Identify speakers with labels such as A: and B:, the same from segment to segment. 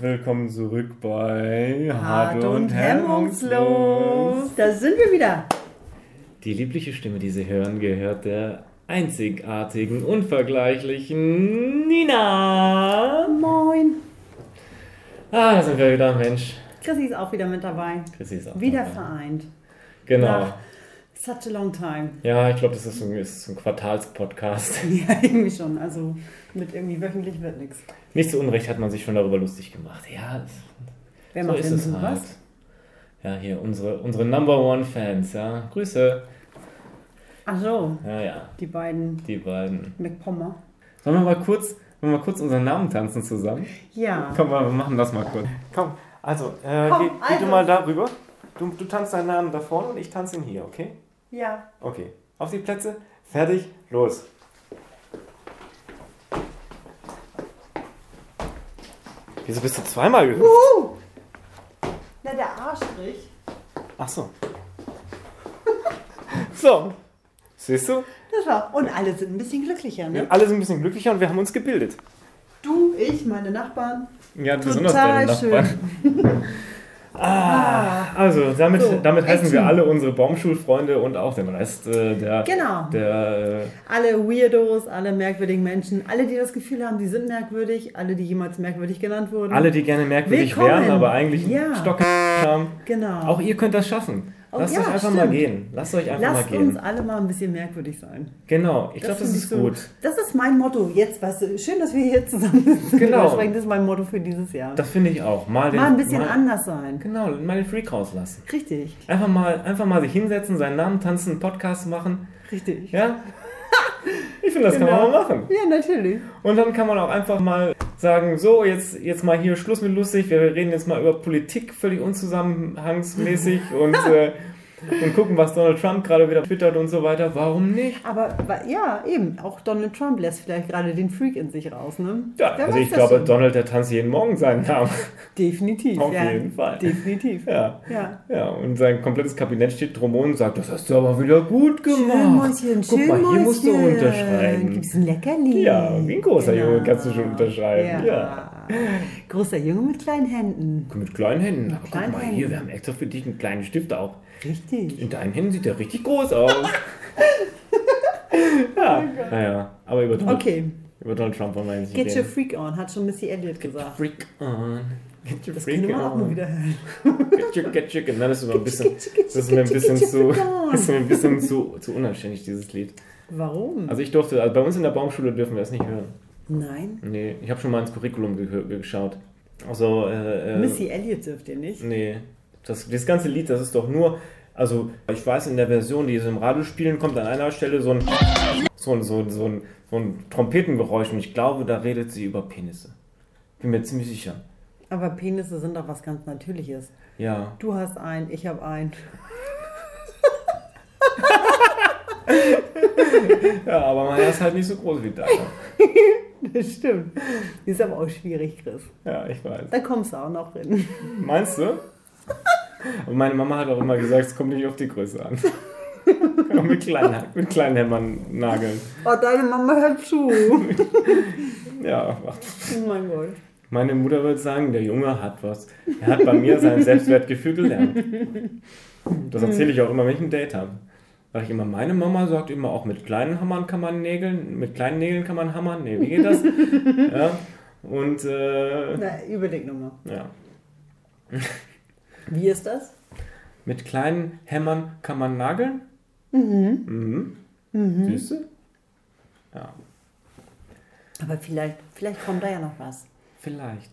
A: Willkommen zurück bei
B: Hart und hemmungslos. Da sind wir wieder.
A: Die liebliche Stimme, die Sie hören, gehört der einzigartigen, unvergleichlichen Nina.
B: Moin.
A: Ah, da sind wir wieder, Mensch.
B: Chrissy ist auch wieder mit dabei.
A: Chrissy ist auch
B: Wieder
A: dabei.
B: vereint.
A: Genau.
B: Nach such a long time.
A: Ja, ich glaube, das ist ein, ist ein Quartalspodcast.
B: Ja, irgendwie schon. Also mit irgendwie wöchentlich wird nichts.
A: Nicht zu Unrecht hat man sich schon darüber lustig gemacht. Ja, das,
B: Wer
A: so
B: macht
A: ist
B: denn
A: es
B: so
A: halt.
B: was?
A: Ja, hier unsere, unsere Number One Fans, ja. Grüße.
B: Ach so,
A: Ja, ja,
B: die beiden
A: die beiden.
B: McPommer.
A: Sollen wir mal kurz, wollen wir mal kurz unseren Namen tanzen zusammen?
B: Ja.
A: Komm mal, wir machen das mal kurz. Komm, also, äh,
B: Komm,
A: geh, geh
B: also.
A: du mal darüber. Du, du tanzt deinen Namen da vorne und ich tanze ihn hier, okay?
B: Ja.
A: Okay. Auf die Plätze, fertig, los. Wieso bist du zweimal gehüpft?
B: Uh! Na, der Arschstrich.
A: Ach so. So. Siehst du?
B: Das war. Und alle sind ein bisschen glücklicher, ne?
A: Alle sind ein bisschen glücklicher und wir haben uns gebildet.
B: Du, ich, meine Nachbarn.
A: Ja,
B: Total schön.
A: Also, damit,
B: So,
A: damit heißen wir
B: Action.
A: alle unsere Baumschulfreunde und auch den Rest äh, der.
B: Genau.
A: der äh,
B: Alle Weirdos, alle merkwürdigen Menschen, alle, die das Gefühl haben, die sind merkwürdig, alle, die jemals merkwürdig genannt wurden.
A: alle, die gerne merkwürdig
B: Willkommen.
A: wären, aber eigentlich einen
B: Ja.
A: Stock haben.
B: Genau.
A: Auch ihr könnt das schaffen.
B: Oh,
A: Lasst
B: ja,
A: euch einfach
B: stimmt.
A: mal gehen. Lasst euch einfach
B: Lasst
A: mal gehen.
B: uns alle mal ein bisschen merkwürdig sein.
A: Genau, ich glaube, das
B: finde
A: ist
B: ich so-
A: gut.
B: Das ist mein Motto. Jetzt, weißt du, schön, dass wir hier zusammen sind.
A: Genau.
B: Dementsprechend, Das ist mein Motto für dieses Jahr.
A: Das finde ich auch. Mal, den,
B: mal ein bisschen anders sein.
A: Genau, mal den Freak rauslassen.
B: Richtig,
A: Einfach mal, einfach mal sich hinsetzen, seinen Namen tanzen, einen Podcast machen.
B: richtig.
A: Ja? Ich finde, das kann
B: Genau.
A: man mal machen.
B: Ja, natürlich.
A: Und dann kann man auch einfach mal sagen, so, jetzt, jetzt mal hier Schluss mit lustig, wir reden jetzt mal über Politik völlig unzusammenhangsmäßig und, äh, und gucken, was Donald Trump gerade wieder twittert und so weiter. Warum nicht?
B: Aber wa- ja, eben, auch Donald Trump lässt vielleicht gerade den Freak in sich raus, ne?
A: Ja,
B: Wer
A: also
B: weiß
A: ich
B: das
A: glaube,
B: schon?
A: Donald, der tanzt jeden Morgen seinen Namen.
B: Definitiv.
A: Auf
B: ja.
A: jeden Fall.
B: Definitiv.
A: Ja.
B: Ja.
A: Ja, und sein komplettes Kabinett steht drum und sagt, das hast du aber wieder gut gemacht.
B: Mäuschen,
A: Guck mal, hier musst du unterschreiben.
B: Gibt's ein Leckerli? Genau.
A: Ja, wie ein großer Junge kannst du schon unterschreiben,
B: Ja. Großer Junge mit kleinen Händen.
A: Mit kleinen Händen. Aber guck
B: kleinen
A: mal hier, wir haben extra für dich einen kleinen Stift auch.
B: Richtig.
A: In deinen Händen sieht der richtig groß aus. ja, naja, aber über Donald,
B: Oh Okay,
A: über Donald Trump wollen wir eigentlich
B: get
A: nicht
B: your
A: reden.
B: freak on, hat schon Missy Elliott gesagt.
A: Freak on. Get your
B: Das
A: freak
B: können wir auch mal
A: on.
B: wieder hören.
A: Get your, get your, na, das ist mir ein bisschen,
B: get your- get
A: das ist mir ein
B: your-
A: bisschen
B: get
A: zu,
B: your freak on.
A: das ist mir ein bisschen zu, zu unanständig, dieses Lied.
B: Warum?
A: Also ich durfte, also bei uns in der Baumschule dürfen wir das nicht hören.
B: Nein,
A: Nee, ich habe schon mal ins Curriculum ge ge geschaut. Also, äh, äh,
B: Missy Elliott dürft ihr nicht.
A: Nee, das, das ganze Lied, das ist doch nur, also ich weiß, in der Version, die sie im Radio spielen, kommt an einer Stelle so ein, so ein, so ein, so ein, so ein Trompetengeräusch und ich glaube, da redet sie über Penisse. Bin mir ziemlich sicher.
B: Aber Penisse sind doch was ganz Natürliches.
A: Ja.
B: Du hast einen, ich habe einen.
A: Ja, aber meiner ist halt nicht so groß wie deiner.
B: Das stimmt. Ist aber auch schwierig, Chris.
A: Ja, ich weiß.
B: Da kommst du auch noch hin.
A: Meinst du? Und meine Mama hat auch immer gesagt, es kommt nicht auf die Größe an. Und mit kleinen, mit kleinen Hämmern nageln.
B: Oh, deine Mama hört zu. Oh
A: Ja, ach,
B: mein Gott.
A: Meine Mutter würde sagen, der Junge hat was. Er hat bei mir sein Selbstwertgefühl gelernt. Das erzähle ich auch immer, wenn ich ein Date habe. Sag ich immer, meine Mama sagt immer auch, mit kleinen Hammern kann man nägeln, mit kleinen Nägeln kann man hammern. Nee, wie geht das? ja. Und äh,
B: Na, überleg nochmal.
A: ja.
B: Wie ist das?
A: Mit kleinen Hämmern kann man nageln? Mhm. Mhm. Siehst du? Ja,
B: Aber vielleicht, vielleicht kommt da ja noch was.
A: vielleicht.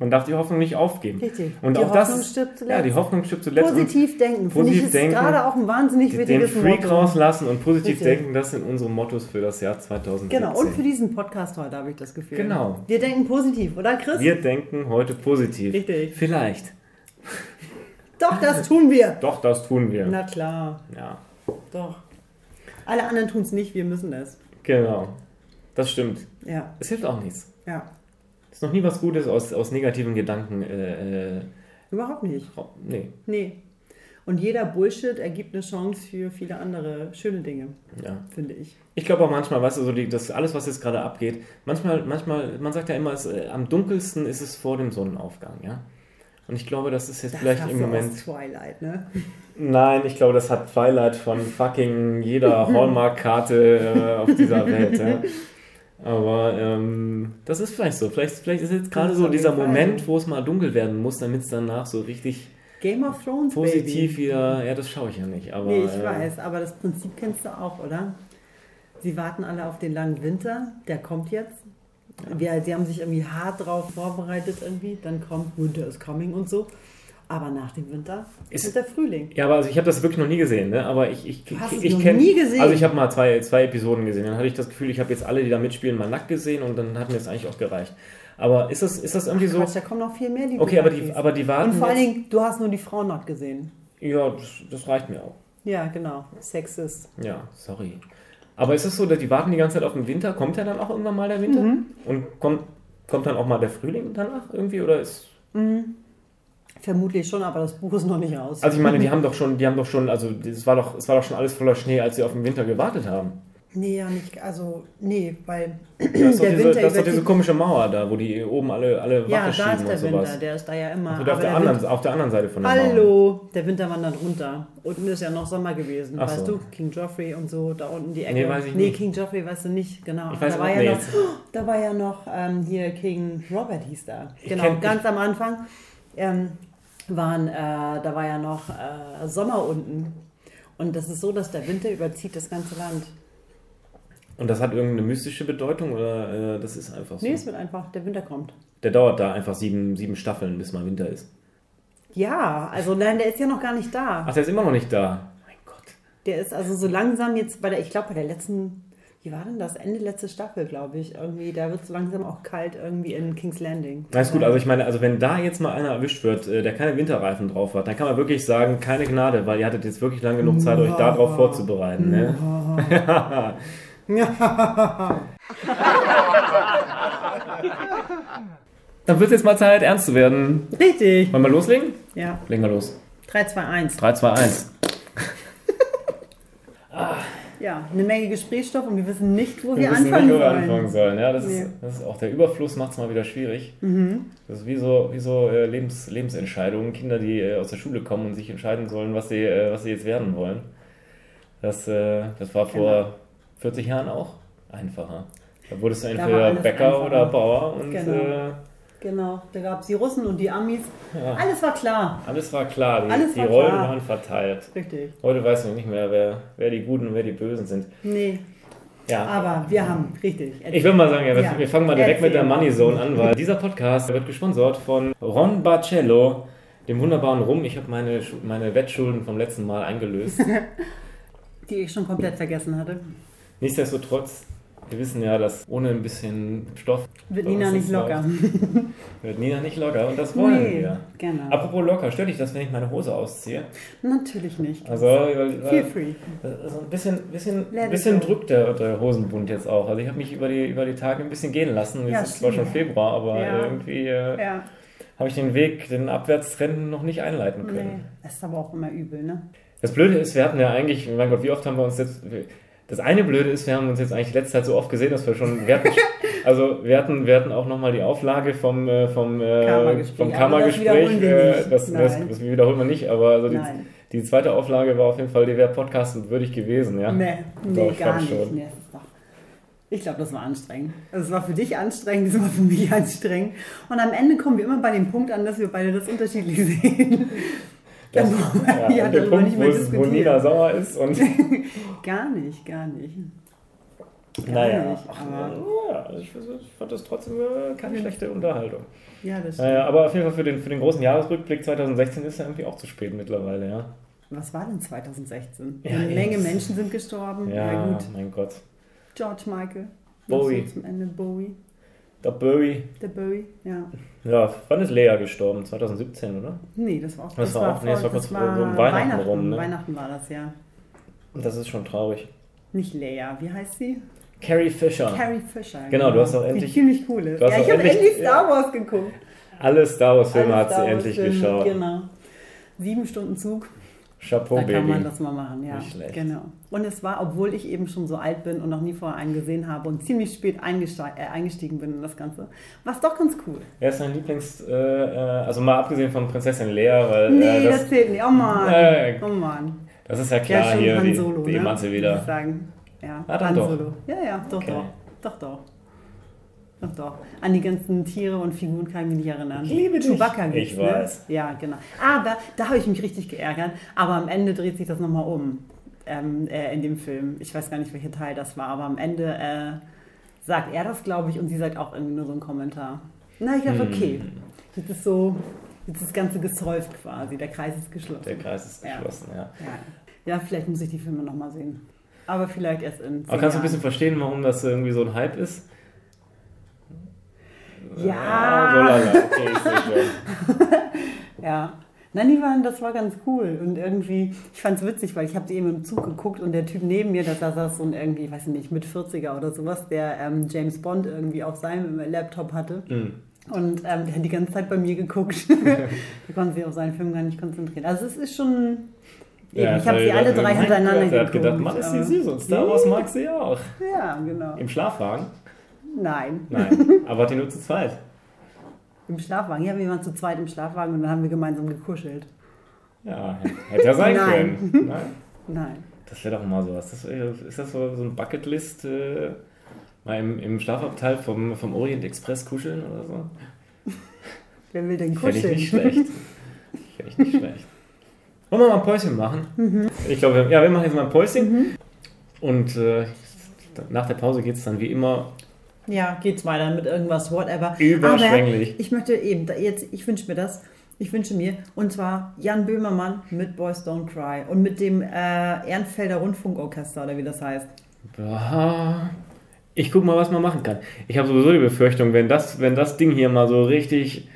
A: Man darf die Hoffnung nicht aufgeben.
B: Richtig.
A: Und
B: Die
A: auch das,
B: Hoffnung stirbt
A: Ja, die
B: zuletzt.
A: Hoffnung stirbt zuletzt. Und-
B: Positiv denken. Finde ich
A: Positiv
B: ist
A: denken.
B: gerade auch ein wahnsinnig
A: den
B: wichtiges
A: Freak
B: Motto.
A: rauslassen und positiv
B: Richtig.
A: denken, das sind unsere Mottos für das Jahr 2017.
B: Genau, und für diesen Podcast heute habe ich das Gefühl.
A: Genau.
B: Wir denken positiv, oder Chris?
A: Wir denken heute positiv.
B: Richtig.
A: Vielleicht.
B: Doch, das tun wir.
A: Doch, das tun wir.
B: Na klar,
A: Ja,
B: doch. Alle anderen tun es nicht, wir müssen es.
A: genau. Das stimmt.
B: Ja,
A: Es hilft auch nichts.
B: ja.
A: Ist noch nie was Gutes aus, aus negativen Gedanken. Äh, äh,
B: Überhaupt nicht.
A: ra- nee.
B: Nee. Und jeder Bullshit ergibt eine Chance für viele andere schöne Dinge,
A: Ja.
B: finde ich.
A: Ich glaube auch manchmal, weißt du, so die, das alles, was jetzt gerade abgeht, manchmal, manchmal, man sagt ja immer, es, äh, am dunkelsten ist es vor dem Sonnenaufgang, ja. Und ich glaube, das ist jetzt
B: Das
A: vielleicht
B: hast
A: im
B: du
A: Moment.
B: Aus Twilight, ne?
A: Nein, ich glaube, das hat Twilight von fucking jeder Hallmark-Karte äh, auf dieser Welt. Ja. Aber ähm, das ist vielleicht so. Vielleicht, vielleicht ist jetzt gerade
B: ist
A: so
B: auf
A: dieser
B: jeden Fall
A: Moment,
B: so.
A: wo es mal dunkel werden muss, damit es danach so richtig
B: Game of Thrones,
A: positiv
B: Baby.
A: wieder. Ja, das schaue ich ja nicht. Aber,
B: Nee, ich
A: äh,
B: weiß, aber das Prinzip kennst du auch, oder? Sie warten alle auf den langen Winter, der kommt jetzt. Wir, sie haben sich irgendwie hart drauf vorbereitet irgendwie, dann kommt Winter is coming und so. Aber nach dem Winter
A: Ist-
B: ist, der Frühling.
A: Ja, aber also ich habe das wirklich noch nie gesehen, ne? Aber ich, ich,
B: Du hast
A: ich,
B: es
A: ich
B: noch
A: kenn-
B: nie gesehen?
A: Also ich habe mal zwei, zwei Episoden gesehen. Dann hatte ich das Gefühl, ich habe jetzt alle, die da mitspielen, mal nackt gesehen und dann hat mir das eigentlich auch gereicht. Aber ist das, ist das irgendwie so.
B: Quatsch, da kommen noch viel mehr, die du
A: Okay, aber die,
B: siehst.
A: aber die warten.
B: Und vor allen
A: jetzt-
B: Dingen, du hast nur die Frauen dort gesehen.
A: ja, das, das reicht mir auch.
B: Ja, genau. Sexist.
A: Ja, sorry. Aber ist es so, dass die warten die ganze Zeit auf den Winter? Kommt ja dann auch irgendwann mal der Winter?
B: Mhm.
A: Und kommt, kommt dann auch mal der Frühling danach irgendwie? Oder ist.
B: Vermutlich schon, aber das Buch ist noch nicht raus.
A: Also ich meine, die haben doch schon, die haben doch schon, also es war doch, es war doch schon alles voller Schnee, als sie auf den Winter gewartet haben.
B: nee, ja, nicht. Also, nee, weil
A: Da ist doch,
B: Der Winter
A: diese, da ist doch
B: überzieht-
A: diese komische Mauer da, wo die oben alle, alle
B: Ja,
A: Wache
B: da
A: schieben
B: ist
A: und
B: der
A: sowas.
B: Winter, der ist da ja immer.
A: und auf
B: aber
A: der,
B: der
A: anderen,
B: Winter,
A: auf der anderen Seite von der Mauer.
B: hallo, der Winter wandert runter. Unten ist ja noch Sommer gewesen,
A: Ach
B: weißt
A: so.
B: du? King Joffrey und so, da unten die Ecke.
A: Nee, weiß ich
B: nee
A: nicht.
B: King Joffrey weißt du nicht, genau.
A: Ich weiß
B: da,
A: auch
B: war ja noch,
A: nicht.
B: da war ja noch ähm, hier King Robert hieß da. Genau,
A: kenn-
B: ganz am Anfang ähm, waren, äh, da war ja noch äh, Sommer unten. Und das ist so, dass der Winter überzieht das ganze Land.
A: Und das hat irgendeine mystische Bedeutung oder äh, das ist einfach so.
B: Nee, es wird einfach, der Winter kommt.
A: Der dauert da einfach sieben, sieben Staffeln, bis mal Winter ist.
B: Ja, also nein, der ist ja noch gar nicht da.
A: Ach, der ist immer noch nicht da. Mein Gott.
B: Der ist also so langsam jetzt bei der, ich glaube bei der letzten, wie war denn das? Ende letzte Staffel, glaube ich. Irgendwie, da wird es langsam auch kalt irgendwie in King's Landing.
A: Na ist gut, also ich meine, also wenn da jetzt mal einer erwischt wird, äh, der keine Winterreifen drauf hat, dann kann man wirklich sagen, keine Gnade, weil ihr hattet jetzt wirklich lang genug Zeit, euch darauf vorzubereiten. Ne? dann wird es jetzt mal Zeit, ernst zu werden.
B: Richtig.
A: Wollen wir loslegen?
B: Ja.
A: Legen wir los.
B: 3, 2, 1.
A: 3, 2, 1.
B: Ja, eine Menge Gesprächsstoff und wir wissen nicht, wo wir,
A: Wir wissen
B: anfangen
A: nicht, wo wir
B: sollen.
A: anfangen sollen. Ja, das,
B: Nee. Mhm.
A: ist, das ist auch der Überfluss macht es mal wieder schwierig. Das ist wie so, wie so äh, Lebens, Lebensentscheidungen. Kinder, die äh, aus der Schule kommen und sich entscheiden sollen, was sie, äh, was sie jetzt werden wollen. Das, äh, das war vor
B: Genau.
A: 40 Jahren auch einfacher. Da wurdest du
B: war
A: entweder
B: alles
A: Bäcker
B: einfacher.
A: oder Bauer und
B: Genau.
A: äh,
B: Genau, da gab es die Russen und die Amis. Alles war klar.
A: alles war klar. Die,
B: Alles
A: die
B: war
A: Rollen
B: klar.
A: waren verteilt.
B: Richtig.
A: Heute weiß man nicht mehr, wer, wer die Guten und wer die Bösen sind.
B: Nee,
A: Ja.
B: aber wir haben, richtig.
A: Ich würde mal sagen, ja, wir,
B: Ja.
A: wir fangen mal direkt mit der
B: Erzähl.
A: Money Zone an, weil dieser Podcast wird gesponsert von Ron Barcello, dem wunderbaren Rum. Ich habe meine, Schu- meine Wettschulden vom letzten Mal eingelöst.
B: Die ich schon komplett vergessen hatte.
A: Nichtsdestotrotz, wir wissen ja, dass ohne ein bisschen Stoff
B: Wird
A: bei uns
B: Nina nicht
A: nichts läuft.
B: locker.
A: Wird Nina nicht locker und das wollen
B: Nee,
A: wir.
B: genau.
A: Apropos locker, stört dich das, wenn ich meine Hose ausziehe?
B: Natürlich nicht.
A: Also, weil,
B: Feel
A: weil,
B: free.
A: so ein bisschen, bisschen,
B: Let it
A: bisschen
B: go.
A: drückt der, der Hosenbund jetzt auch. Also ich habe mich über die, über die Tage ein bisschen gehen lassen. Jetzt
B: Ja,
A: ist zwar schon
B: stimmt.
A: Februar, aber
B: Ja.
A: irgendwie äh,
B: Ja.
A: habe ich den Weg, den Abwärtstrend noch nicht einleiten können.
B: Nee. Das ist aber auch immer übel, ne?
A: Das Blöde ist, wir hatten ja eigentlich, mein Gott, wie oft haben wir uns jetzt. Das eine Blöde ist, wir haben uns jetzt eigentlich letzte Zeit so oft gesehen, dass wir schon. Wir hatten, also wir hatten, wir hatten auch nochmal die Auflage vom, äh, vom, äh,
B: Karma-Gespräch,
A: vom
B: aber das
A: Karma-Gespräch.
B: wiederholen wir
A: äh,
B: nicht.
A: Das, das,
B: Nein.
A: das wiederholen wir nicht, aber also die,
B: Nein.
A: die zweite Auflage war auf jeden Fall, die wäre podcastend würdig gewesen, ja.
B: Nee,
A: Doch,
B: nee
A: ich
B: gar
A: glaub
B: nicht.
A: schon.
B: Nee, das ist doch, ich glaube, das war anstrengend. Also es war für dich anstrengend, es war für mich anstrengend. Und am Ende kommen wir immer bei dem Punkt an, dass wir beide das unterschiedlich sehen.
A: Das,
B: Dann brauchen wir
A: ja,
B: ja
A: und der
B: darüber
A: Punkt,
B: nicht
A: wo,
B: mehr
A: es- wo
B: diskutieren.
A: Nina sauer ist und.
B: Gar nicht, gar nicht. Gar
A: naja.
B: nicht,
A: Ach,
B: aber,
A: ja, also ich, ich fand das trotzdem äh, keine schlechte Unterhaltung.
B: ja, das stimmt.
A: Naja, Äh, aber auf jeden Fall für den, für den großen Jahresrückblick 2016 ist ja irgendwie auch zu spät mittlerweile, ja.
B: Was war denn 2016?
A: Ja,
B: Eine
A: jetzt.
B: Menge Menschen sind gestorben.
A: Ja,
B: Ja, Oh, gut.
A: mein Gott.
B: George Michael.
A: Bowie.
B: Das war Zum Ende Bowie.
A: Der Bowie.
B: Der Bowie, ja.
A: Ja, wann ist Lea gestorben? 2017, oder?
B: Nee, das war auch
A: Das war auch- nee, das
B: vor-
A: war kurz so um Weihnachten rum, ne?
B: Weihnachten war das, ja.
A: Und das ist schon traurig.
B: Nicht Leia, wie heißt sie?
A: Carrie Fisher.
B: Carrie Fisher.
A: Ah. Genau, du hast auch endlich-
B: Die ziemlich cool ist.
A: du hast
B: Ja, ich
A: auch
B: habe
A: endlich-
B: endlich Star Wars geguckt.
A: Alle Star Wars-Filme
B: Alle
A: hat sie
B: Star Wars
A: endlich
B: Filme,
A: geschaut.
B: Genau. Sieben Stunden Zug.
A: Chapeau,
B: Da
A: Oh, Baby.
B: kann man das mal machen, ja.
A: Nicht schlecht.
B: Genau. Und es war, obwohl ich eben schon so alt bin und noch nie vorher einen gesehen habe und ziemlich spät eingeste- äh, eingestiegen bin in das Ganze, war es doch ganz cool.
A: Er ist mein Lieblings, äh, äh, also mal abgesehen von Prinzessin Lea, weil
B: Nee,
A: äh,
B: das,
A: das,
B: zählt nicht. Oh Mann.
A: Äh,
B: oh Mann.
A: das ist ja
B: Ja,
A: klar
B: schon
A: hier,
B: Han
A: die,
B: Solo,
A: die
B: ne?
A: Matze
B: Muss ich
A: wieder.
B: sagen. Ja,
A: Ah, dann
B: Han
A: doch.
B: Solo. Ja, ja, doch,
A: Okay.
B: doch. Doch, doch. Doch, doch. An die ganzen Tiere und Figuren kann ich mich nicht erinnern.
A: Ich liebe dich.
B: Chewbacca
A: Ich
B: gibt's, ne?
A: weiß.
B: Ja, genau. Aber da habe ich mich richtig geärgert. Aber am Ende dreht sich das nochmal um. Ähm, äh, in dem Film. Ich weiß gar nicht, welcher Teil das war, aber am Ende äh, sagt er das, glaube ich, und sie sagt auch irgendwie nur so einen Kommentar. Na, ich
A: Hm.
B: dachte, okay. Jetzt ist so, jetzt ist das Ganze gesäuft quasi. Der Kreis ist geschlossen.
A: Der Kreis ist
B: Ja.
A: geschlossen, ja.
B: Ja. ja, vielleicht muss ich die Filme nochmal sehen. Aber vielleicht erst in.
A: Aber
B: zehn
A: kannst du ein
B: Jahren.
A: bisschen verstehen, warum das irgendwie so ein Hype ist?
B: Ja.
A: Ah, so lange. Okay, ich sehe schon.
B: Ja. Nein, die waren, das war ganz cool. Und irgendwie, ich fand es witzig, weil ich habe die eben im Zug geguckt und der Typ neben mir, da da saß so ein irgendwie, ich weiß nicht, mit 40er oder sowas, der ähm, James Bond irgendwie auf seinem äh, Laptop hatte.
A: Mhm.
B: Und ähm, der hat die ganze Zeit bei mir geguckt. da konnte sich auf seinen Film gar nicht konzentrieren. Also es ist schon. Eben,
A: Ja,
B: ich habe sie
A: sorry,
B: alle
A: da-
B: drei
A: mein
B: hintereinander
A: Gott, Er hat
B: geguckt. ähm, Hm?
A: gedacht, Mann, ist die
B: aber-
A: süß und Star Wars mag sie auch.
B: Ja, genau.
A: Im Schlafwagen?
B: Nein.
A: Nein, aber die nur zu zweit.
B: Im Schlafwagen. Ja, wir waren zu zweit im Schlafwagen und dann haben wir gemeinsam gekuschelt.
A: Ja, hätte ja sein
B: Nein.
A: können. Nein.
B: Nein.
A: Das wäre doch mal sowas. Das wär, ist das so, so ein Bucketlist? Äh, mal im, im Schlafabteil vom, vom Orient Express kuscheln oder so?
B: Wer will denn
A: Fände ich
B: kuscheln?
A: nicht schlecht. Fände ich nicht schlecht. Wollen wir mal ein Päuschen machen?
B: Mhm.
A: Ich glaube, wir- ja, wir machen jetzt mal ein Päuschen. Und äh, nach der Pause geht es dann wie immer
B: Ja, geht's weiter mit irgendwas, whatever.
A: Überschwänglich.
B: Aber ich möchte eben, da- jetzt, ich wünsche mir das. Ich wünsche mir, und zwar Jan Böhmermann mit Boys Don't Cry und mit dem äh, Ehrenfelder Rundfunkorchester oder wie das heißt.
A: Ja, ich guck mal, was man machen kann. Ich habe sowieso die Befürchtung, wenn das, wenn das Ding hier mal so richtig.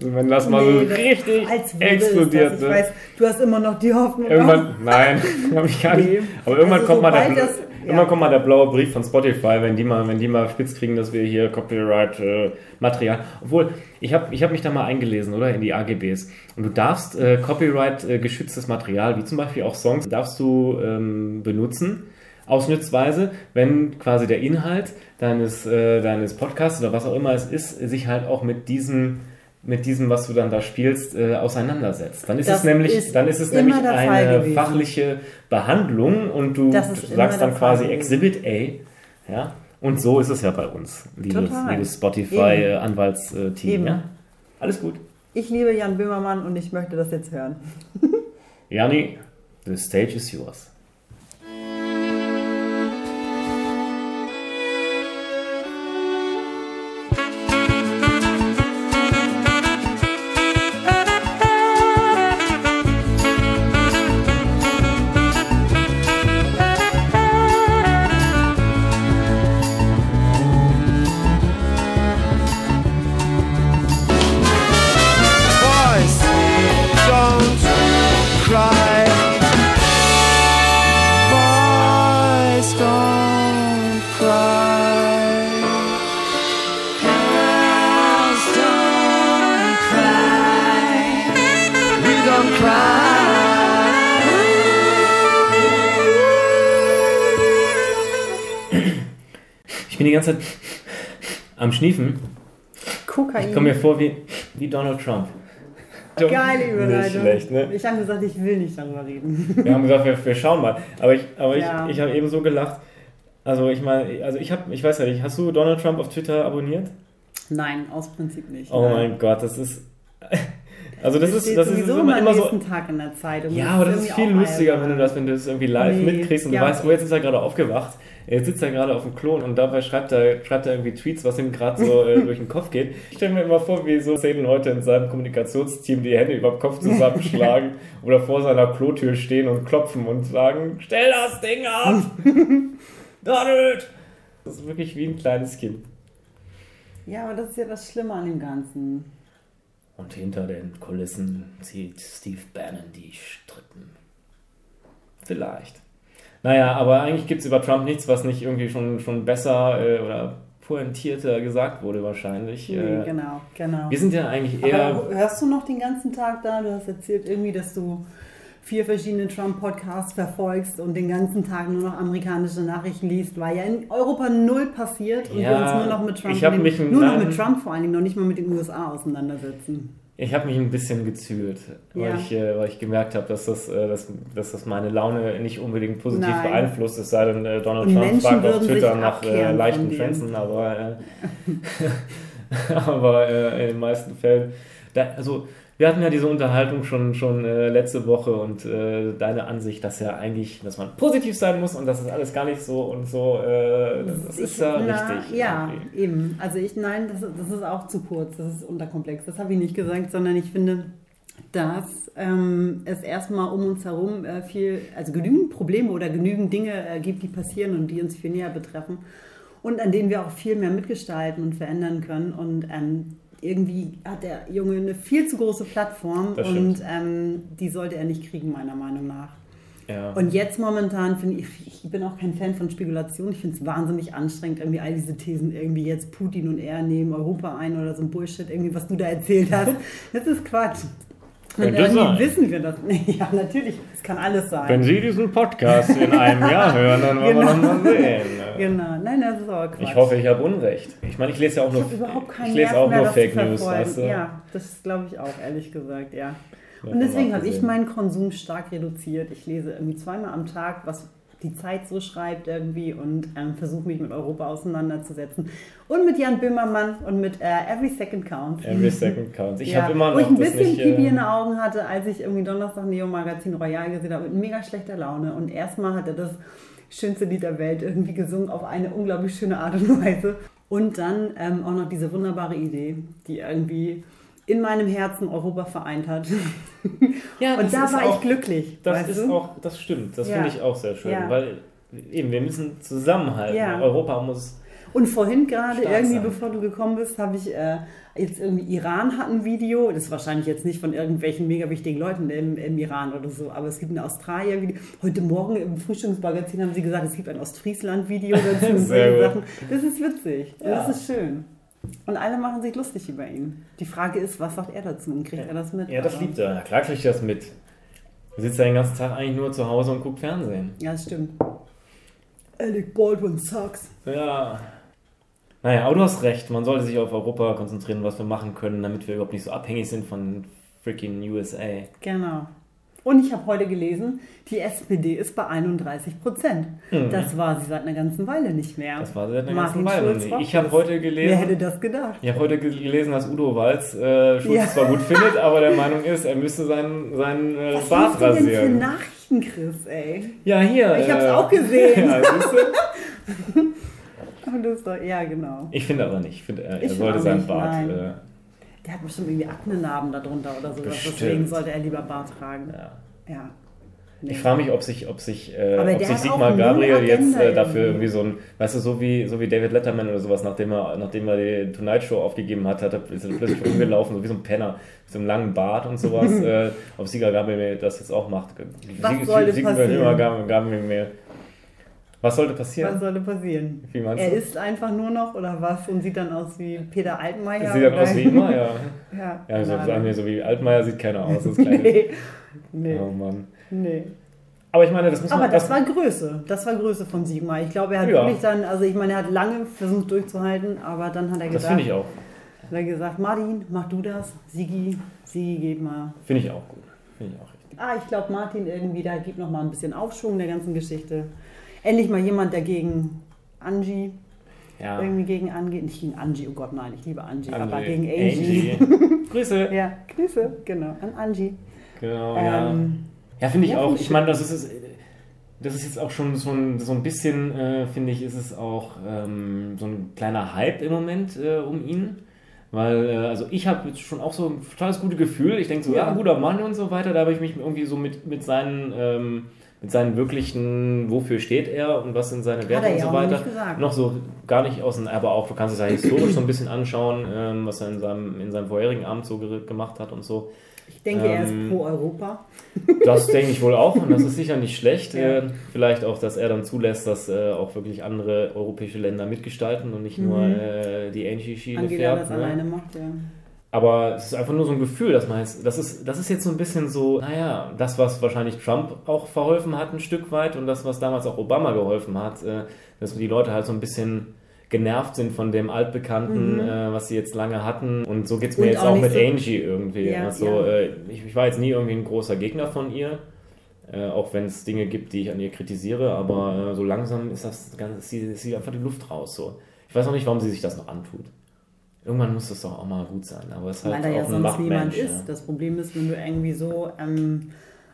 A: Wenn das mal
B: Nee,
A: so
B: das-
A: richtig
B: als würde es
A: explodiert.
B: Das, ich
A: ne?
B: weiß, du hast immer noch die Hoffnung.
A: Irgendwann, nein, hab ich gar nicht.
B: Nee.
A: Aber irgendwann,
B: Also
A: kommt mal der,
B: sobald das-
A: irgendwann
B: ja.
A: kommt mal der blaue Brief von Spotify, wenn die mal, wenn die mal spitz kriegen, dass wir hier Copyright-Material. Obwohl, ich habe ich hab mich da mal eingelesen, oder? In die AGBs. Und du darfst äh, Copyright-geschütztes Material, wie zum Beispiel auch Songs, darfst du ähm, benutzen. Ausschnittsweise, wenn quasi der Inhalt deines, äh, deines Podcasts oder was auch immer es ist, sich halt auch mit diesem, mit diesem, was du dann da spielst, äh, auseinandersetzt. Dann ist
B: Das
A: es nämlich,
B: ist
A: dann ist es
B: immer
A: nämlich
B: der Fall
A: eine
B: gewesen.
A: fachliche Behandlung und du
B: Das ist immer
A: sagst dann
B: der Fall
A: quasi
B: gewesen.
A: Exhibit A. Ja? Und so ist es ja bei uns, liebes,
B: Total.
A: liebes
B: Eben.
A: Spotify-Anwaltsteam.
B: Eben.
A: Ja? Alles gut.
B: Ich liebe Jan Böhmermann und ich möchte das jetzt hören.
A: Jani, the stage is yours.
C: boys don't cry boys don't cry girls don't cry we don't cry
A: Ich bin die ganze Zeit am Schniefen.
B: Kokain.
A: Ich komme mir vor wie, wie Donald Trump.
B: Geile Überleitung.
A: Nicht schlecht, ne?
B: Ich habe gesagt, ich will nicht darüber reden.
A: Wir haben gesagt, wir, wir schauen mal. Aber ich, aber
B: Ja.
A: ich, ich habe eben so gelacht. Also ich meine, also ich habe, ich weiß ja nicht, hast du Donald Trump auf Twitter abonniert?
B: Nein, aus Prinzip nicht.
A: Oh
B: Nein.
A: mein Gott, das ist. Also das ist,
B: steht
A: das ist
B: sowieso
A: immer,
B: am
A: immer so.
B: nächsten Tag in der Zeitung.
A: Ja, aber das ist
B: irgendwie
A: viel
B: auch
A: lustiger,
B: albern.
A: wenn du das, wenn du das irgendwie live
B: Nee,
A: mitkriegst und
B: ja.
A: du weißt, oh, jetzt ist er gerade aufgewacht, jetzt sitzt er gerade auf dem Klon und dabei schreibt er, schreibt er irgendwie Tweets, was ihm gerade so äh, durch den Kopf geht. Ich stelle mir immer vor, wie so zehn Leute in seinem Kommunikationsteam die Hände über den Kopf zusammenschlagen oder vor seiner Klotür stehen und klopfen und sagen, stell das Ding ab! Donald! Das ist wirklich wie ein kleines Kind.
B: Ja, aber das ist ja das Schlimme an dem Ganzen.
A: Und hinter den Kulissen zieht Steve Bannon die Strippen. Vielleicht. Naja, aber eigentlich gibt es über Trump nichts, was nicht irgendwie schon, schon besser äh, oder pointierter gesagt wurde wahrscheinlich.
B: Nee,
A: Äh,
B: genau, genau.
A: Wir sind ja eigentlich eher...
B: Aber hörst du noch den ganzen Tag da? Du hast erzählt irgendwie, dass du vier verschiedene Trump-Podcasts verfolgst und den ganzen Tag nur noch amerikanische Nachrichten liest, weil ja in Europa null passiert und wir
A: Ja,
B: uns nur noch mit Trump,
A: ich hab
B: und dem-
A: mich im
B: nur noch
A: Laden-
B: mit Trump vor allen Dingen, noch nicht mal mit den USA auseinandersetzen.
A: Ich habe mich ein bisschen gezügelt,
B: Ja.
A: weil, ich, äh, weil ich gemerkt habe, dass, das, äh, dass, dass das meine Laune nicht unbedingt positiv
B: Nein.
A: beeinflusst, es sei denn, äh, Donald
B: Und
A: Trump
B: Menschen
A: fragt auf
B: würden
A: Twitter
B: sich
A: nach äh,
B: abkehren von
A: leichten
B: dem.
A: Fenzen, aber, äh, aber äh, in den meisten Fällen. Da, also, wir hatten ja diese Unterhaltung schon, schon äh, letzte Woche und äh, deine Ansicht, dass ja eigentlich, dass man positiv sein muss und das ist alles gar nicht so und so, äh, das ist ja
B: Na,
A: richtig.
B: Ja,
A: irgendwie.
B: eben. Also ich, nein, das, das ist auch zu kurz, das ist unterkomplex. Das habe ich nicht gesagt, sondern ich finde, dass ähm, es erstmal um uns herum äh, viel, also genügend Probleme oder genügend Dinge äh, gibt, die passieren und die uns viel näher betreffen und an denen wir auch viel mehr mitgestalten und verändern können. Und ähm, irgendwie hat der Junge eine viel zu große Plattform
A: Das stimmt.
B: und ähm, die sollte er nicht kriegen, meiner Meinung nach.
A: Ja.
B: Und jetzt momentan finde ich, ich bin auch kein Fan von Spekulation. Ich finde es wahnsinnig anstrengend, irgendwie all diese Thesen irgendwie jetzt Putin und er nehmen Europa ein oder so ein Bullshit, irgendwie, was du da erzählt hast. Das ist Quatsch. Und
A: Könnte
B: irgendwie
A: sein.
B: wissen wir das. nicht. ja, natürlich, es kann alles sein.
A: Wenn Sie diesen Podcast in einem Jahr hören, dann wollen wir
B: Genau.
A: noch mal sehen. ne?
B: genau, nein, das ist aber Quatsch.
A: Ich hoffe, ich habe Unrecht. Ich meine, ich lese ja auch
B: ich
A: nur,
B: habe überhaupt keinen
A: ich lese
B: Nerv
A: auch
B: mehr,
A: nur
B: das
A: Fake
B: zu
A: News,
B: verfolgen.
A: weißt du?
B: Ja, das glaube ich auch, ehrlich gesagt, ja.
A: Davon
B: Und deswegen habe ich
A: abgesehen.
B: meinen Konsum stark reduziert. Ich lese irgendwie zweimal am Tag, was die Zeit so schreibt irgendwie und ähm, versuche mich mit Europa auseinanderzusetzen. Und mit Jan Böhmermann und mit äh, Every Second Counts.
A: Every second counts. Ich
B: Ja,
A: habe immer noch
B: wo ich ein
A: das
B: bisschen
A: nicht,
B: Pipi
A: äh,
B: in den Augen hatte, als ich irgendwie Donnerstag Neo Magazin Royal gesehen habe, mit mega schlechter Laune. Und erstmal hat er das schönste Lied der Welt irgendwie gesungen auf eine unglaublich schöne Art und Weise. Und dann ähm, auch noch diese wunderbare Idee, die irgendwie in meinem Herzen Europa vereint hat.
A: Ja, das
B: und da
A: ist
B: war
A: auch-
B: ich glücklich.
A: das
B: weißt
A: ist
B: du?
A: auch, das stimmt. Das
B: Ja.
A: finde ich auch sehr schön,
B: Ja.
A: weil eben wir müssen zusammenhalten.
B: Ja.
A: Europa muss
B: Und vorhin gerade,
A: Stark
B: irgendwie
A: sein.
B: bevor du gekommen bist, habe ich äh, jetzt irgendwie Iran hat ein Video. Das ist wahrscheinlich jetzt nicht von irgendwelchen mega wichtigen Leuten im, im Iran oder so, aber es gibt ein Australier-Video. Heute Morgen im Frühstücksmagazin haben sie gesagt, es gibt ein Ostfriesland-Video dazu. und
A: Sehr
B: solche
A: gut.
B: Sachen. Das ist witzig.
A: Ja.
B: Das ist schön. Und alle machen sich lustig über ihn. Die Frage ist, was sagt er dazu und kriegt er das mit?
A: ja, das
B: Aber-
A: liebt er. Na klar kriege ich das mit. Du sitzt ja den ganzen Tag eigentlich nur zu Hause und guckt Fernsehen.
B: Ja, das stimmt. Alec Baldwin sucks.
A: Ja. Naja, aber du hast recht. Man sollte sich auf Europa konzentrieren, was wir machen können, damit wir überhaupt nicht so abhängig sind von freaking USA.
B: Genau. Und ich habe heute gelesen, die SPD ist bei 31 Prozent. Das war sie seit einer ganzen Weile nicht mehr.
A: Mhm. Das war seit einer
B: Martin
A: ganzen Weile.
B: Schulz
A: nicht.
B: war
A: Ich habe
B: das.
A: heute
B: Wer hätte
A: gelesen,
B: das gedacht?
A: ich habe heute gel- gelesen, dass Udo Walz äh, Schulz
B: Ja.
A: zwar gut findet, aber der Meinung ist, er müsste seinen, seinen äh,
B: Was
A: Bart
B: hast du denn für
A: rasieren.
B: Nachrichten, Chris, ey?
A: Ja, hier.
B: Ich hab's
A: äh,
B: auch gesehen.
A: Ja, siehst du?
B: Und Oh, das war, ja, genau.
A: ich finde aber nicht. Ich finde, er,
B: Ich
A: er
B: finde
A: sollte
B: auch
A: seinen
B: nicht,
A: Bart.
B: nein.
A: Äh,
B: Der hat bestimmt irgendwie Aknenarben darunter oder sowas.
A: Bestimmt.
B: Deswegen sollte er lieber Bart tragen.
A: ja.
B: Ja.
A: Ich frage mich, ob sich, ob sich, äh,
B: Aber
A: ob
B: der
A: sich
B: hat
A: Sigmar
B: auch null
A: Gabriel jetzt
B: Agenda
A: äh, dafür
B: irgendwie.
A: irgendwie so ein, weißt du, so wie, so wie David Letterman oder sowas, nachdem er, nachdem er die Tonight Show aufgegeben hat, hat er, ist er plötzlich rumgelaufen, so wie so ein Penner, mit so einem langen Bart und sowas, äh, ob Sigmar Gabriel das jetzt auch macht.
B: Was sollte
A: Sigmar
B: passieren?
A: Gab- Gabriel. Was sollte
B: Was
A: passieren?
B: sollte passieren?
A: Wie meinst
B: Er
A: du?
B: isst einfach nur noch oder was und sieht dann aus wie Peter Altmaier.
A: Sieht dann
B: oder-
A: aus wie immer, ja.
B: ja,
A: Ja, so,
B: keine
A: sagen
B: Ahnung.
A: wir so wie Altmaier sieht keiner aus, das kleine.
B: Nee. Nee,
A: Oh Mann.
B: nee.
A: Aber ich meine, das muss man.
B: Aber das war Größe. Das war Größe von Sigmar. Ich glaube, er hat
A: Ja.
B: wirklich dann, also ich meine, er hat lange versucht durchzuhalten, aber dann hat er
A: das
B: gesagt,
A: finde ich auch.
B: hat er gesagt, Martin, mach du das. Sigi, Sigi, gib mal.
A: Finde ich auch gut. Finde ich auch richtig.
B: Ah, ich glaube, Martin irgendwie, da gibt noch mal ein bisschen Aufschwung der ganzen Geschichte. Endlich mal jemand, der gegen Angie,
A: Ja.
B: irgendwie gegen Angie, nicht gegen Angie, oh Gott, nein, ich liebe Angie, aber
A: André.
B: gegen Angie.
A: Angie. Grüße.
B: Ja, Grüße, genau, an Angie.
A: Genau,
B: Ähm,
A: ja. Ja, finde ich
B: ja,
A: auch.
B: finde ich
A: Ich meine, das ist, es- äh, das ist jetzt auch schon so ein, so ein bisschen, äh, finde ich, ist es auch ähm, so ein kleiner Hype im Moment äh, um ihn. Weil, äh, also ich habe jetzt schon auch so ein totales gutes Gefühl. Ich denke so, ja.
B: Ja.
A: guter Mann und so weiter. Da habe ich mich irgendwie so mit, mit seinen ähm, mit seinen wirklichen, wofür steht er und was sind seine Werte
B: er
A: und
B: ja
A: so
B: auch noch
A: weiter,
B: nicht gesagt.
A: noch so gar nicht aus, dem- aber auch, du kannst es ja historisch so ein bisschen anschauen, ähm, was er in seinem, in seinem vorherigen Amt so ge- gemacht hat und so.
B: Ich denke, er
A: Ähm,
B: ist pro Europa.
A: Das denke ich wohl auch und das ist sicher nicht schlecht.
B: Ja.
A: Äh, Vielleicht auch, dass er dann zulässt, dass äh, auch wirklich andere europäische Länder mitgestalten und nicht nur äh, die Angie-Schiene
B: Mhm. Angela das
A: fährt. Ne?
B: alleine macht, ja.
A: Aber es ist einfach nur so ein Gefühl, dass man jetzt, das ist, das ist jetzt so ein bisschen so, naja, das, was wahrscheinlich Trump auch verholfen hat ein Stück weit und das, was damals auch Obama geholfen hat, äh, dass die Leute halt so ein bisschen genervt sind von dem Altbekannten, äh, was sie jetzt lange hatten. Und so geht's mir
B: Mhm. Und
A: jetzt
B: auch
A: auch
B: nicht
A: mit
B: so-
A: Angie irgendwie.
B: Ja,
A: also,
B: ja.
A: Äh, ich, ich war jetzt nie irgendwie ein großer Gegner von ihr. Äh, auch wenn es Dinge gibt, die ich an ihr kritisiere, aber äh, so langsam ist das Ganze, ist sie, ist sie einfach die Luft raus. So. Ich weiß auch nicht, warum sie sich das noch antut. Irgendwann muss das doch auch mal gut sein, aber es ist
B: Weil
A: halt
B: da
A: auch
B: ja
A: ein
B: sonst niemand
A: Machtmensch.
B: ist. Das Problem ist, wenn du irgendwie so ähm,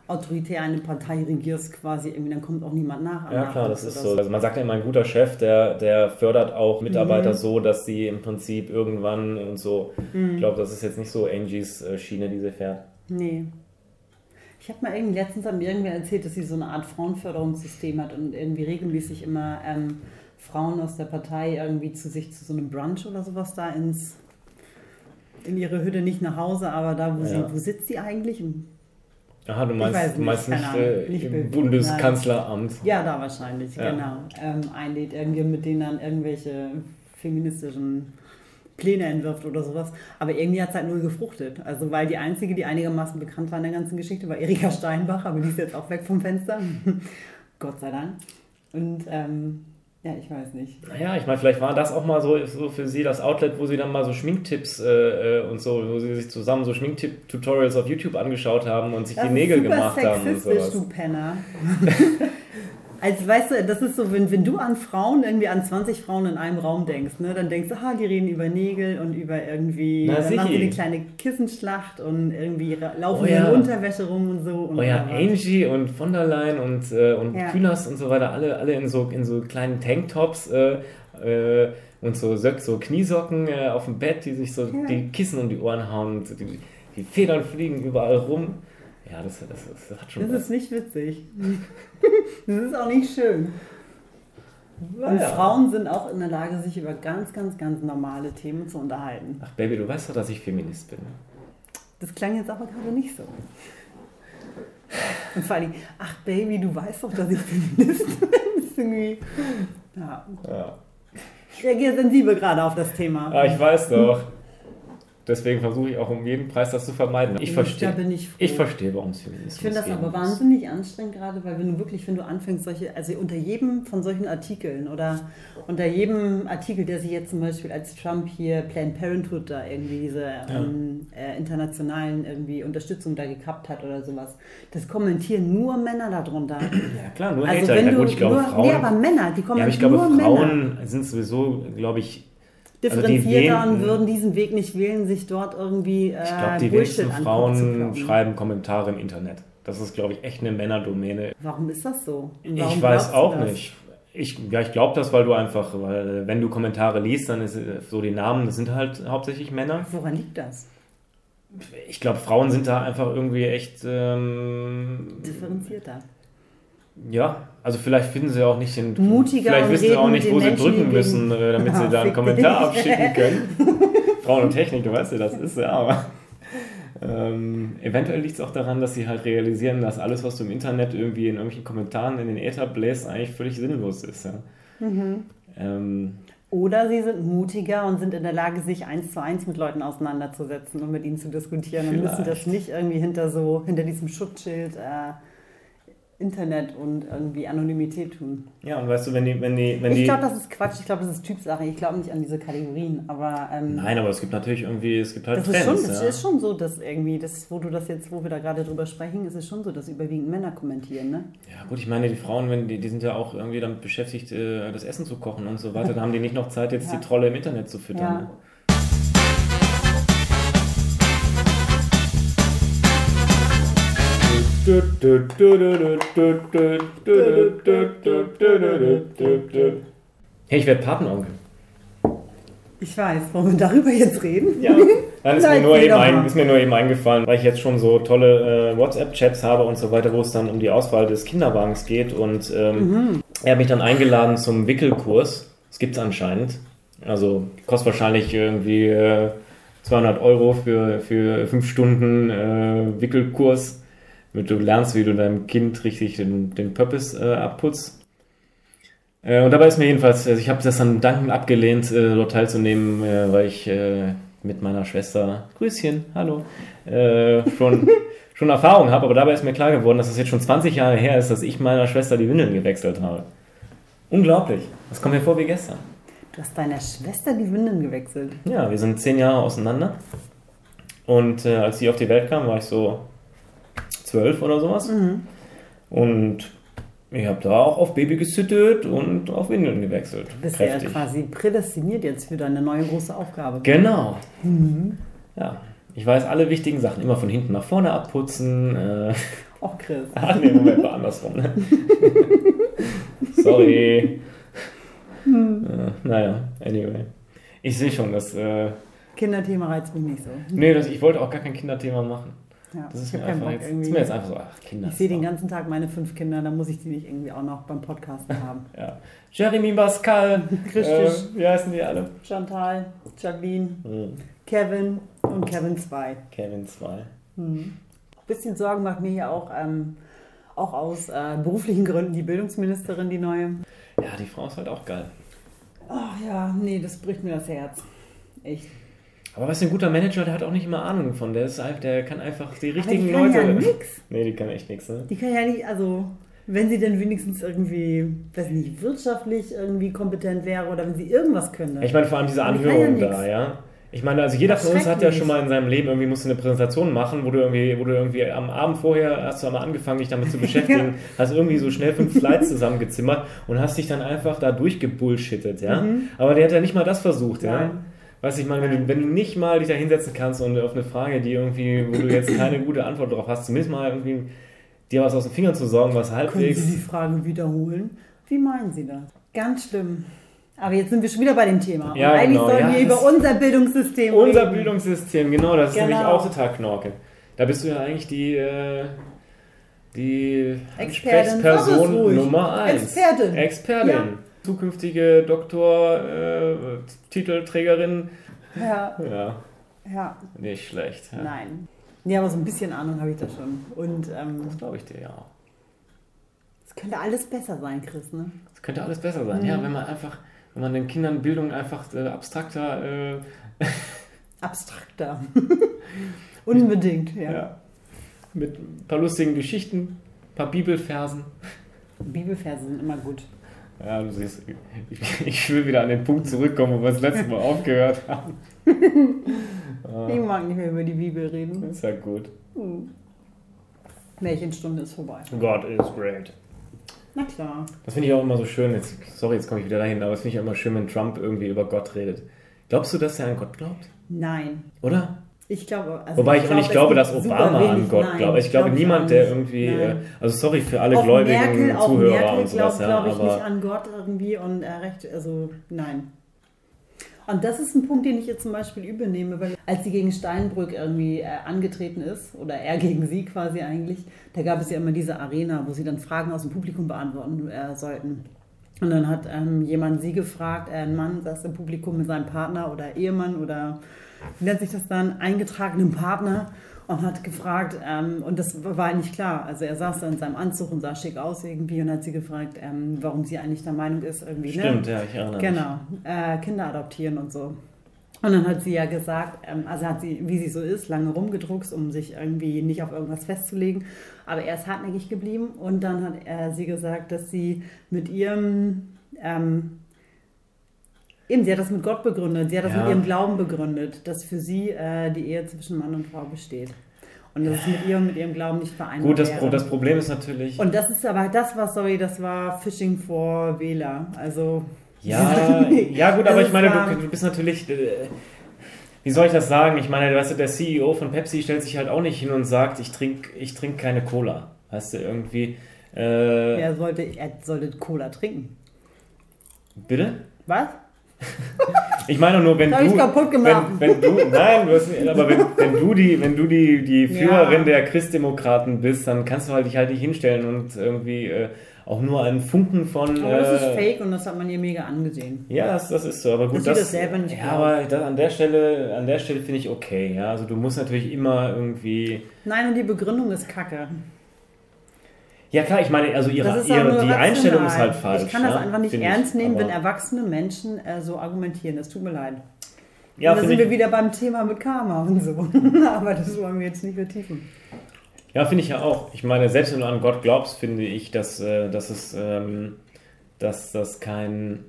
B: autoritär eine Partei regierst, quasi irgendwie, dann kommt auch niemand nach.
A: Ja. ja klar, das ist so. Also man sagt ja immer, ein guter Chef, der, der fördert auch Mitarbeiter
B: Mhm.
A: so, dass sie im Prinzip irgendwann und so. Ich glaube, das ist jetzt nicht so Angies äh, Schiene, die sie fährt.
B: Nee. Ich habe mal irgendwie letztens an irgendwer erzählt, dass sie so eine Art Frauenförderungssystem hat und irgendwie regelmäßig immer ähm, Frauen aus der Partei irgendwie zu sich zu so einem Brunch oder sowas da ins in ihre Hütte nicht nach Hause, aber da wo
A: Ja.
B: sie wo sitzt sie eigentlich? Im-
A: Aha, du
B: weiß
A: meinst, du
B: nicht,
A: meinst
B: keine
A: nicht,
B: Ahnung.
A: äh,
B: Nicht
A: im
B: Bild.
A: Bundeskanzleramt.
B: Ja, da wahrscheinlich,
A: Ja.
B: genau. Ähm, einlädt irgendwie mit denen dann irgendwelche feministischen Pläne entwirft oder sowas. Aber irgendwie hat es halt null gefruchtet. Also weil die einzige, die einigermaßen bekannt war in der ganzen Geschichte, war Erika Steinbach, aber die ist jetzt auch weg vom Fenster. Gott sei Dank. Und ähm, ja, ich weiß nicht.
A: Naja, ich meine, vielleicht war das auch mal so, so für sie das Outlet, wo sie dann mal so Schminktipps äh, äh, und so, wo sie sich zusammen so Schminktipp-Tutorials auf YouTube angeschaut haben und sich
B: Das
A: die
B: ist
A: Nägel
B: super
A: gemacht haben und
B: sexistisch,
A: sowas.
B: du Penner. Also weißt du, das ist so, wenn, wenn du an Frauen, irgendwie an 20 Frauen in einem Raum denkst, ne, dann denkst du, ha, die reden über Nägel und über irgendwie,
A: Na,
B: dann machen sie
A: sichi.
B: eine kleine Kissenschlacht und irgendwie ihre- laufen
A: Oh
B: oh, ihre
A: ja.
B: Unterwäsche rum und so. Und
A: Oh ja,
B: whatever.
A: Angie und von der Leyen und, äh, und
B: Ja.
A: Künast und so weiter, alle, alle in, so, in so kleinen Tanktops äh, äh, und so, Söck- so Kniesocken äh, auf dem Bett, die sich so die Kissen um die Ohren hauen und so die, die Federn fliegen überall rum. Ja, das, das, das, hat schon
B: Das
A: was.
B: ist nicht witzig. das ist auch nicht schön. Und
A: Ja.
B: Frauen sind auch in der Lage, sich über ganz, ganz, ganz normale Themen zu unterhalten.
A: Ach Baby, du weißt doch, dass ich Feminist bin.
B: Das klang jetzt aber gerade nicht so. Und vor allem, ach Baby, du weißt doch, dass ich Feministin bin. Das ist irgendwie. Ja.
A: Ja.
B: Ich reagiere sensibel gerade auf das Thema.
A: Ah, ich weiß doch. Deswegen versuche ich auch um jeden Preis das zu vermeiden. Ich
B: Da
A: verstehe.
B: bin ich froh.
A: ich verstehe, warum es Feminismus
B: Ich finde das
A: geben
B: aber
A: muss.
B: wahnsinnig anstrengend gerade, weil wenn du wirklich, wenn du anfängst, solche, also unter jedem von solchen Artikeln oder unter jedem Artikel, der sich jetzt zum Beispiel als Trump hier Planned Parenthood da irgendwie diese ähm, äh, internationalen irgendwie Unterstützung da gekappt hat oder sowas, das kommentieren nur Männer darunter.
A: Ja klar, nur
B: Also
A: Hater.
B: wenn
A: Ja,
B: du
A: gut, ich glaube,
B: nur,
A: Frauen.
B: nee, aber Männer, die kommen halt
A: ja, aber ich glaube,
B: nur Männer
A: Frauen sind sowieso, glaube ich, also die
B: differenzierter
A: wählen-
B: und würden diesen Weg nicht wählen, sich dort irgendwie äh,
A: ich glaube, die
B: Bullshit
A: wenigsten
B: an den Kopf zu ne?
A: Frauen
B: kloppen.
A: schreiben Kommentare im Internet. Das ist, glaube ich, echt eine Männerdomäne.
B: Warum ist das so? Und warum
A: Ich
B: glaubst
A: weiß
B: du
A: auch
B: das?
A: nicht. Ich, ja, ich glaube das, weil du einfach, weil äh, wenn du Kommentare liest, dann ist äh, so die Namen, das sind halt hauptsächlich Männer.
B: Woran liegt das?
A: Ich glaube, Frauen sind da einfach irgendwie echt ähm,
B: Differenzierter.
A: Ja, also vielleicht finden sie auch nicht den.
B: Mutiger
A: vielleicht
B: und
A: wissen sie auch
B: reden
A: nicht,
B: den
A: wo sie
B: Menschen
A: drücken
B: entgegen.
A: müssen, äh, damit sie
B: Ah,
A: da einen
B: fick
A: Kommentar
B: dich.
A: abschicken können. Frauen und Technik, du weißt ja, das ist ja, aber. Ähm, eventuell liegt es auch daran, dass sie halt realisieren, dass alles, was du im Internet irgendwie in irgendwelchen Kommentaren in den Äther bläst, eigentlich völlig sinnlos ist. Ja.
B: Mhm.
A: Ähm,
B: Oder sie sind mutiger und sind in der Lage, sich eins zu eins mit Leuten auseinanderzusetzen und mit ihnen zu diskutieren und müssen das
A: Vielleicht.
B: nicht irgendwie hinter so, hinter diesem Schutzschild äh, Internet und irgendwie Anonymität tun.
A: ja, und weißt du, wenn die, wenn die, wenn die.
B: ich glaube, das ist Quatsch, ich glaube, das ist Typsache, ich glaube nicht an diese Kategorien, aber ähm,
A: Nein, aber es gibt natürlich irgendwie, es gibt halt
B: das, ist
A: Trends.
B: schon, das
A: ja.
B: ist schon so, dass irgendwie, das, wo du das jetzt, wo wir da gerade drüber sprechen, ist es schon so, dass überwiegend Männer kommentieren, ne?
A: Ja gut, ich meine, die Frauen, wenn die, die sind ja auch irgendwie damit beschäftigt, äh, das Essen zu kochen und so weiter. Da haben die nicht noch Zeit, jetzt
B: Ja.
A: die Trolle im Internet zu füttern.
B: Ja.
A: Ne? Hey, ich werde Patenonkel.
B: Ich weiß, wollen wir darüber jetzt reden?
A: Ja. Nein, ist mir,
B: Leid
A: nur
B: mir
A: eben
B: doch
A: ein,
B: mal.
A: ist mir nur eben eingefallen, weil ich jetzt schon so tolle äh, WhatsApp-Chats habe und so weiter, wo es dann um die Auswahl des Kinderwagens geht. Und ähm,
B: Mhm.
A: er hat mich dann eingeladen zum Wickelkurs. Das gibt es anscheinend. Also kostet wahrscheinlich irgendwie äh, 200 Euro für, für fünf Stunden äh, Wickelkurs, damit du lernst, wie du deinem Kind richtig den, den Purpose äh, abputzt. Äh, und dabei ist mir jedenfalls, also ich habe das dann dankend abgelehnt, äh, dort teilzunehmen, äh, weil ich äh, mit meiner Schwester, Grüßchen, hallo, äh, schon, schon Erfahrung habe. Aber dabei ist mir klar geworden, dass es jetzt schon 20 Jahre her ist, dass ich meiner Schwester die Windeln gewechselt habe. Unglaublich. Das kommt mir vor wie gestern.
B: Du hast deiner Schwester die Windeln gewechselt.
A: Ja, wir sind zehn Jahre auseinander. Und äh, als sie auf die Welt kam, war ich so zwölf oder sowas. Und ich habe da auch auf Baby gesüttet und auf Windeln gewechselt.
B: Du bist ja quasi prädestiniert jetzt für deine neue große Aufgabe.
A: Genau.
B: Mhm.
A: Ja. Ich weiß alle wichtigen Sachen immer von hinten nach vorne abputzen. Äh,
B: Och, Chris.
A: ah, nee, Moment, war andersrum. Ne? Sorry.
B: Mhm.
A: Äh, naja, anyway. Ich sehe schon, dass. Äh,
B: Kinderthema reizt mich nicht so.
A: nee, das, ich wollte auch gar kein Kinderthema machen.
B: Ja,
A: Das
B: ich
A: ist mir,
B: hab keinen
A: einfach
B: Bock
A: jetzt, ist mir
B: irgendwie.
A: jetzt einfach so, ach, Kinder.
B: Ich sehe den ganzen Tag meine fünf Kinder, da muss ich die nicht irgendwie auch noch beim Podcasten haben.
A: ja. Jeremy Pascal.
B: Richtig.
A: Äh, wie heißen die alle?
B: Chantal, Jacqueline,
A: Hm,
B: Kevin und Kevin 2.
A: Kevin 2.
B: bisschen Sorgen macht mir ja auch, ähm, auch aus äh, beruflichen Gründen die Bildungsministerin, die neue.
A: Ja, die Frau ist halt auch geil.
B: Ach ja, nee, das bricht mir das Herz. Echt.
A: Aber was ein guter Manager, der hat auch nicht immer Ahnung von. Der, ist, halt- der kann einfach
B: Aber
A: die
B: die
A: richtigen
B: kann
A: Leute.
B: ja nix.
A: Nee, die kann echt nichts, ne?
B: Die kann ja nicht, also, wenn sie denn wenigstens irgendwie, weiß nicht, wirtschaftlich irgendwie kompetent wäre oder wenn sie irgendwas könnte.
A: Ich meine, vor allem diese
B: ne? Aber die kann ja
A: Anhörung
B: nix.
A: da, ja. Ich meine, also jeder von uns hat ja
B: Schrecklich.
A: schon mal in seinem Leben irgendwie musste eine Präsentation machen, wo du irgendwie, wo du irgendwie am Abend vorher hast du einmal angefangen, dich damit zu beschäftigen, hast irgendwie so schnell fünf Slides zusammengezimmert und hast dich dann einfach da durchgebullshittet, ja. Aber der hat ja nicht mal das versucht, ja.
B: Mhm. Nein.
A: Weißt du, ich meine, wenn du, wenn du nicht mal dich da hinsetzen kannst und auf eine Frage, die irgendwie, wo du jetzt keine gute Antwort drauf hast, zumindest mal irgendwie dir was aus den Fingern zu sorgen, was
B: Können Sie
A: halbwegs.
B: die Frage wiederholen? Wie meinen Sie das? Ganz schlimm. Aber jetzt sind wir schon wieder bei dem Thema. Und
A: Ja,
B: eigentlich
A: genau,
B: sollen
A: ja,
B: wir
A: das-
B: über unser Bildungssystem
A: Unser
B: reden.
A: Bildungssystem, genau, das
B: Genau.
A: ist nämlich auch total knorke. Da bist du ja eigentlich die, äh, die
B: Expertin, sag es
A: Ansprechperson
B: ruhig.
A: Nummer 1.
B: Expertin.
A: Expertin.
B: Ja.
A: Zukünftige Doktor-Titelträgerin.
B: Ja,
A: ja,
B: ja,
A: nicht schlecht. Ja.
B: nein. Ja, aber so ein bisschen Ahnung habe ich da schon. Und ähm,
A: Das glaube ich dir ja auch.
B: es könnte alles besser sein, Chris, ne?
A: Es könnte alles besser sein, ja,
B: Mhm.
A: wenn man einfach, wenn man den Kindern Bildung einfach äh, abstrakter. Äh,
B: Abstrakter. Unbedingt, ja.
A: ja. Mit ein paar lustigen Geschichten, ein paar Bibelversen.
B: Bibelverse sind immer gut.
A: Ja, du siehst, ich, ich will wieder an den Punkt zurückkommen, wo wir das letzte Mal aufgehört haben. Ah.
B: Ich mag nicht mehr über die Bibel reden.
A: Ist ja gut.
B: Märchenstunde ist vorbei.
A: God is great.
B: Na klar.
A: Das finde ich auch immer so schön. Jetzt, sorry, jetzt komme ich wieder dahin, aber das finde ich auch immer schön, wenn Trump irgendwie über Gott redet. Glaubst du, dass er an Gott glaubt?
B: Nein.
A: Oder?
B: Ich glaube, also
A: Wobei ich, auch nicht glaube,
B: es
A: dass
B: gibt
A: Obama
B: super
A: an
B: wenig-
A: Gott
B: Nein,
A: glaubt. Ich glaube,
B: glaub
A: niemand,
B: auch
A: der
B: nicht.
A: irgendwie.
B: Nein.
A: Äh, also, sorry für alle
B: auch
A: gläubigen
B: Merkel, auch
A: Zuhörer
B: Merkel
A: und sowas,
B: glaubt,
A: ja.
B: glaube ich,
A: aber
B: nicht an Gott irgendwie und er recht, also nein. Und das ist ein Punkt, den ich jetzt zum Beispiel übernehme, weil als sie gegen Steinbrück irgendwie äh, angetreten ist, oder er gegen sie quasi eigentlich, da gab es ja immer diese Arena, wo sie dann Fragen aus dem Publikum beantworten äh, sollten. Und dann hat ähm, jemand sie gefragt, äh, ein Mann saß im Publikum mit seinem Partner oder Ehemann oder wie nennt sich das dann, eingetragenen Partner und hat gefragt, ähm, und das war nicht klar, also er saß da in seinem Anzug und sah schick aus irgendwie und hat sie gefragt, ähm, warum sie eigentlich der Meinung ist, irgendwie, ne?
A: Stimmt, ja, ich erinnere mich.
B: Genau, äh, Kinder adoptieren und so. Und dann hat sie ja gesagt, ähm, also hat sie, wie sie so ist, lange rumgedruckst, um sich irgendwie nicht auf irgendwas festzulegen. Aber er ist hartnäckig geblieben und dann hat äh, sie gesagt, dass sie mit ihrem, ähm, eben, sie hat das mit Gott begründet, sie hat das
A: Ja.
B: mit ihrem Glauben begründet, dass für sie äh, die Ehe zwischen Mann und Frau besteht. Und dass es mit ihr und mit ihrem Glauben nicht vereinbar
A: Gut, das,
B: wäre.
A: Pro- das Problem ist natürlich.
B: und das ist aber das war, sorry, das war Fishing for Wähler. Also
A: Ja, ja gut, aber
B: Das
A: ich meine,
B: war-
A: du, du bist natürlich. Äh, wie soll ich das sagen? Ich meine, weißt du, der CEO von Pepsi stellt sich halt auch nicht hin und sagt, ich trinke ich trink keine Cola. Weißt du, irgendwie. Äh,
B: Er sollte, er sollte Cola trinken.
A: Bitte?
B: Was?
A: Ich meine nur, wenn
B: Hab
A: du.
B: ich kaputt gemacht.
A: Wenn, wenn du. Nein, du hast, aber wenn, wenn du die, wenn du die, die Führerin der Christdemokraten bist, dann kannst du halt dich halt nicht hinstellen und irgendwie äh, auch nur einen Funken von.
B: Aber das
A: äh,
B: ist fake und das hat man ihr mega angesehen.
A: Ja, das, das ist so, aber gut,
B: Dass sie das selber nicht genau.
A: Ja,
B: glauben.
A: aber das, an der Stelle, an der Stelle finde ich okay, ja. Also du musst natürlich immer irgendwie.
B: Nein, und die Begründung ist kacke.
A: Ja klar, ich meine, also ihre,
B: Das ist auch
A: ihre
B: nur
A: die
B: rational.
A: Einstellung ist halt falsch.
B: Ich kann das
A: ja,
B: einfach nicht
A: finde ich,
B: ernst nehmen, wenn
A: aber-
B: erwachsene Menschen äh, so argumentieren. Das tut mir leid.
A: Ja,
B: und da
A: finde
B: sind
A: ich,
B: wir wieder beim Thema mit Karma und so. Aber das wollen wir jetzt nicht vertiefen.
A: Ja, finde ich ja auch. Ich meine, selbst wenn du an Gott glaubst, finde ich, dass, äh, dass es ähm, dass das kein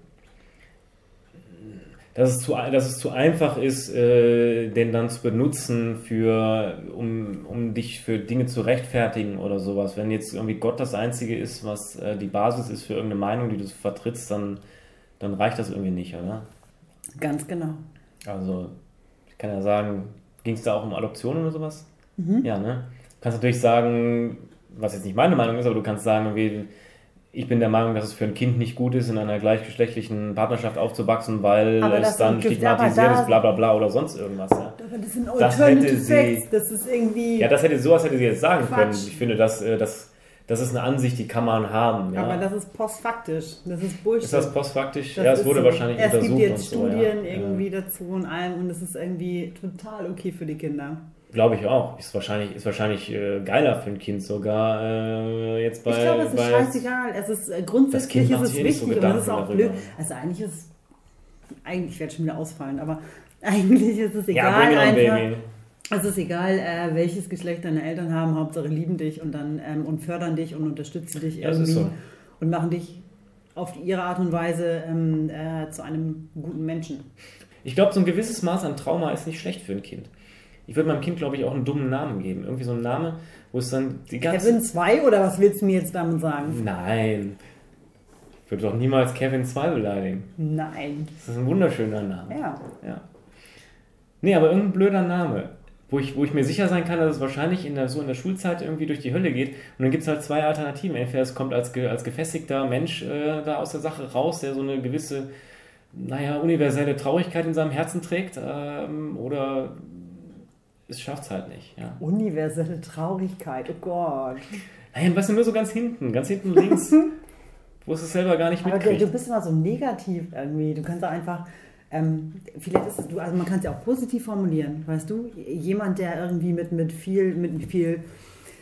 A: dass es, zu, dass es zu einfach ist, äh, den dann zu benutzen, für, um, um dich für Dinge zu rechtfertigen oder sowas. Wenn jetzt irgendwie Gott das Einzige ist, was äh, die Basis ist für irgendeine Meinung, die du vertrittst, dann, dann reicht das irgendwie nicht, oder?
B: Ganz genau.
A: Also, ich kann ja sagen, ging es da auch um Adoption oder sowas?
B: Mhm.
A: Ja, ne? Du kannst natürlich sagen, was jetzt nicht meine Meinung ist, aber du kannst sagen, irgendwie, ich bin der Meinung, dass es für ein Kind nicht gut ist, in einer gleichgeschlechtlichen Partnerschaft aufzuwachsen, weil
B: Aber
A: es
B: das
A: dann
B: gibt-
A: stigmatisiert
B: aber da-
A: ist, bla bla bla oder sonst irgendwas. Ja,
B: Aber das sind
A: Das
B: Alternative
A: hätte sie-
B: Facts. Das ist irgendwie.
A: ja das hätte, sowas hätte sie jetzt sagen
B: Quatsch.
A: können. Ich finde, das, äh, das, das ist eine Ansicht, die kann man haben. Ja?
B: Aber das ist postfaktisch. Das ist Bullshit.
A: ist das postfaktisch?
B: Das
A: ja, es
B: ist
A: wurde
B: so.
A: wahrscheinlich
B: es
A: untersucht.
B: gibt jetzt
A: und so, ja.
B: Studien irgendwie dazu und allem und es ist irgendwie total okay für die Kinder.
A: Glaube ich auch. Ist wahrscheinlich, ist wahrscheinlich äh, geiler für ein Kind sogar äh, jetzt bei.
B: Ich glaube, es ist
A: bei
B: scheißegal. Es ist äh,
A: Das
B: grundsätzlich
A: Kind
B: ist
A: macht
B: es
A: sich eh nicht
B: wichtig
A: so
B: und es ist auch
A: Gedanken
B: blöd.
A: darüber.
B: Also eigentlich ist es- eigentlich werde ich schon wieder ausfallen, aber eigentlich ist es
A: ja,
B: egal
A: bring on,
B: einfach.
A: Baby.
B: Es ist egal, äh, welches Geschlecht deine Eltern haben. Hauptsache lieben dich und dann ähm, und fördern dich und unterstützen dich
A: Ja, es
B: irgendwie
A: ist so.
B: und machen dich auf ihre Art und Weise ähm, äh, zu einem guten Menschen.
A: Ich glaube, so ein gewisses Maß an Trauma ist nicht schlecht für ein Kind. Ich würde meinem Kind, glaube ich, auch einen dummen Namen geben. Irgendwie so einen Namen, wo es dann die ganze.
B: Kevin 2 oder was willst du mir jetzt damit sagen?
A: Nein. Ich würde doch niemals Kevin 2 beleidigen.
B: Nein.
A: Das ist ein wunderschöner Name.
B: Ja.
A: Ja. Nee, aber irgendein blöder Name. Wo ich, wo ich mir sicher sein kann, dass es wahrscheinlich in der, so in der Schulzeit irgendwie durch die Hölle geht. Und dann gibt es halt zwei Alternativen. Entweder es kommt als, ge, als gefestigter Mensch äh, da aus der Sache raus, der so eine gewisse, naja, universelle Traurigkeit in seinem Herzen trägt. Ähm, oder es schafft es halt nicht. Ja.
B: Universelle Traurigkeit, oh Gott.
A: Nein, weißt du, nur so ganz hinten, ganz hinten links, wo es es selber gar nicht
B: Aber du, du
A: mitkriegt.
B: bist immer so negativ irgendwie. Du kannst doch einfach, ähm, vielleicht ist es, du, also man kann es ja auch positiv formulieren, weißt du? Jemand, der irgendwie mit, mit viel, mit viel,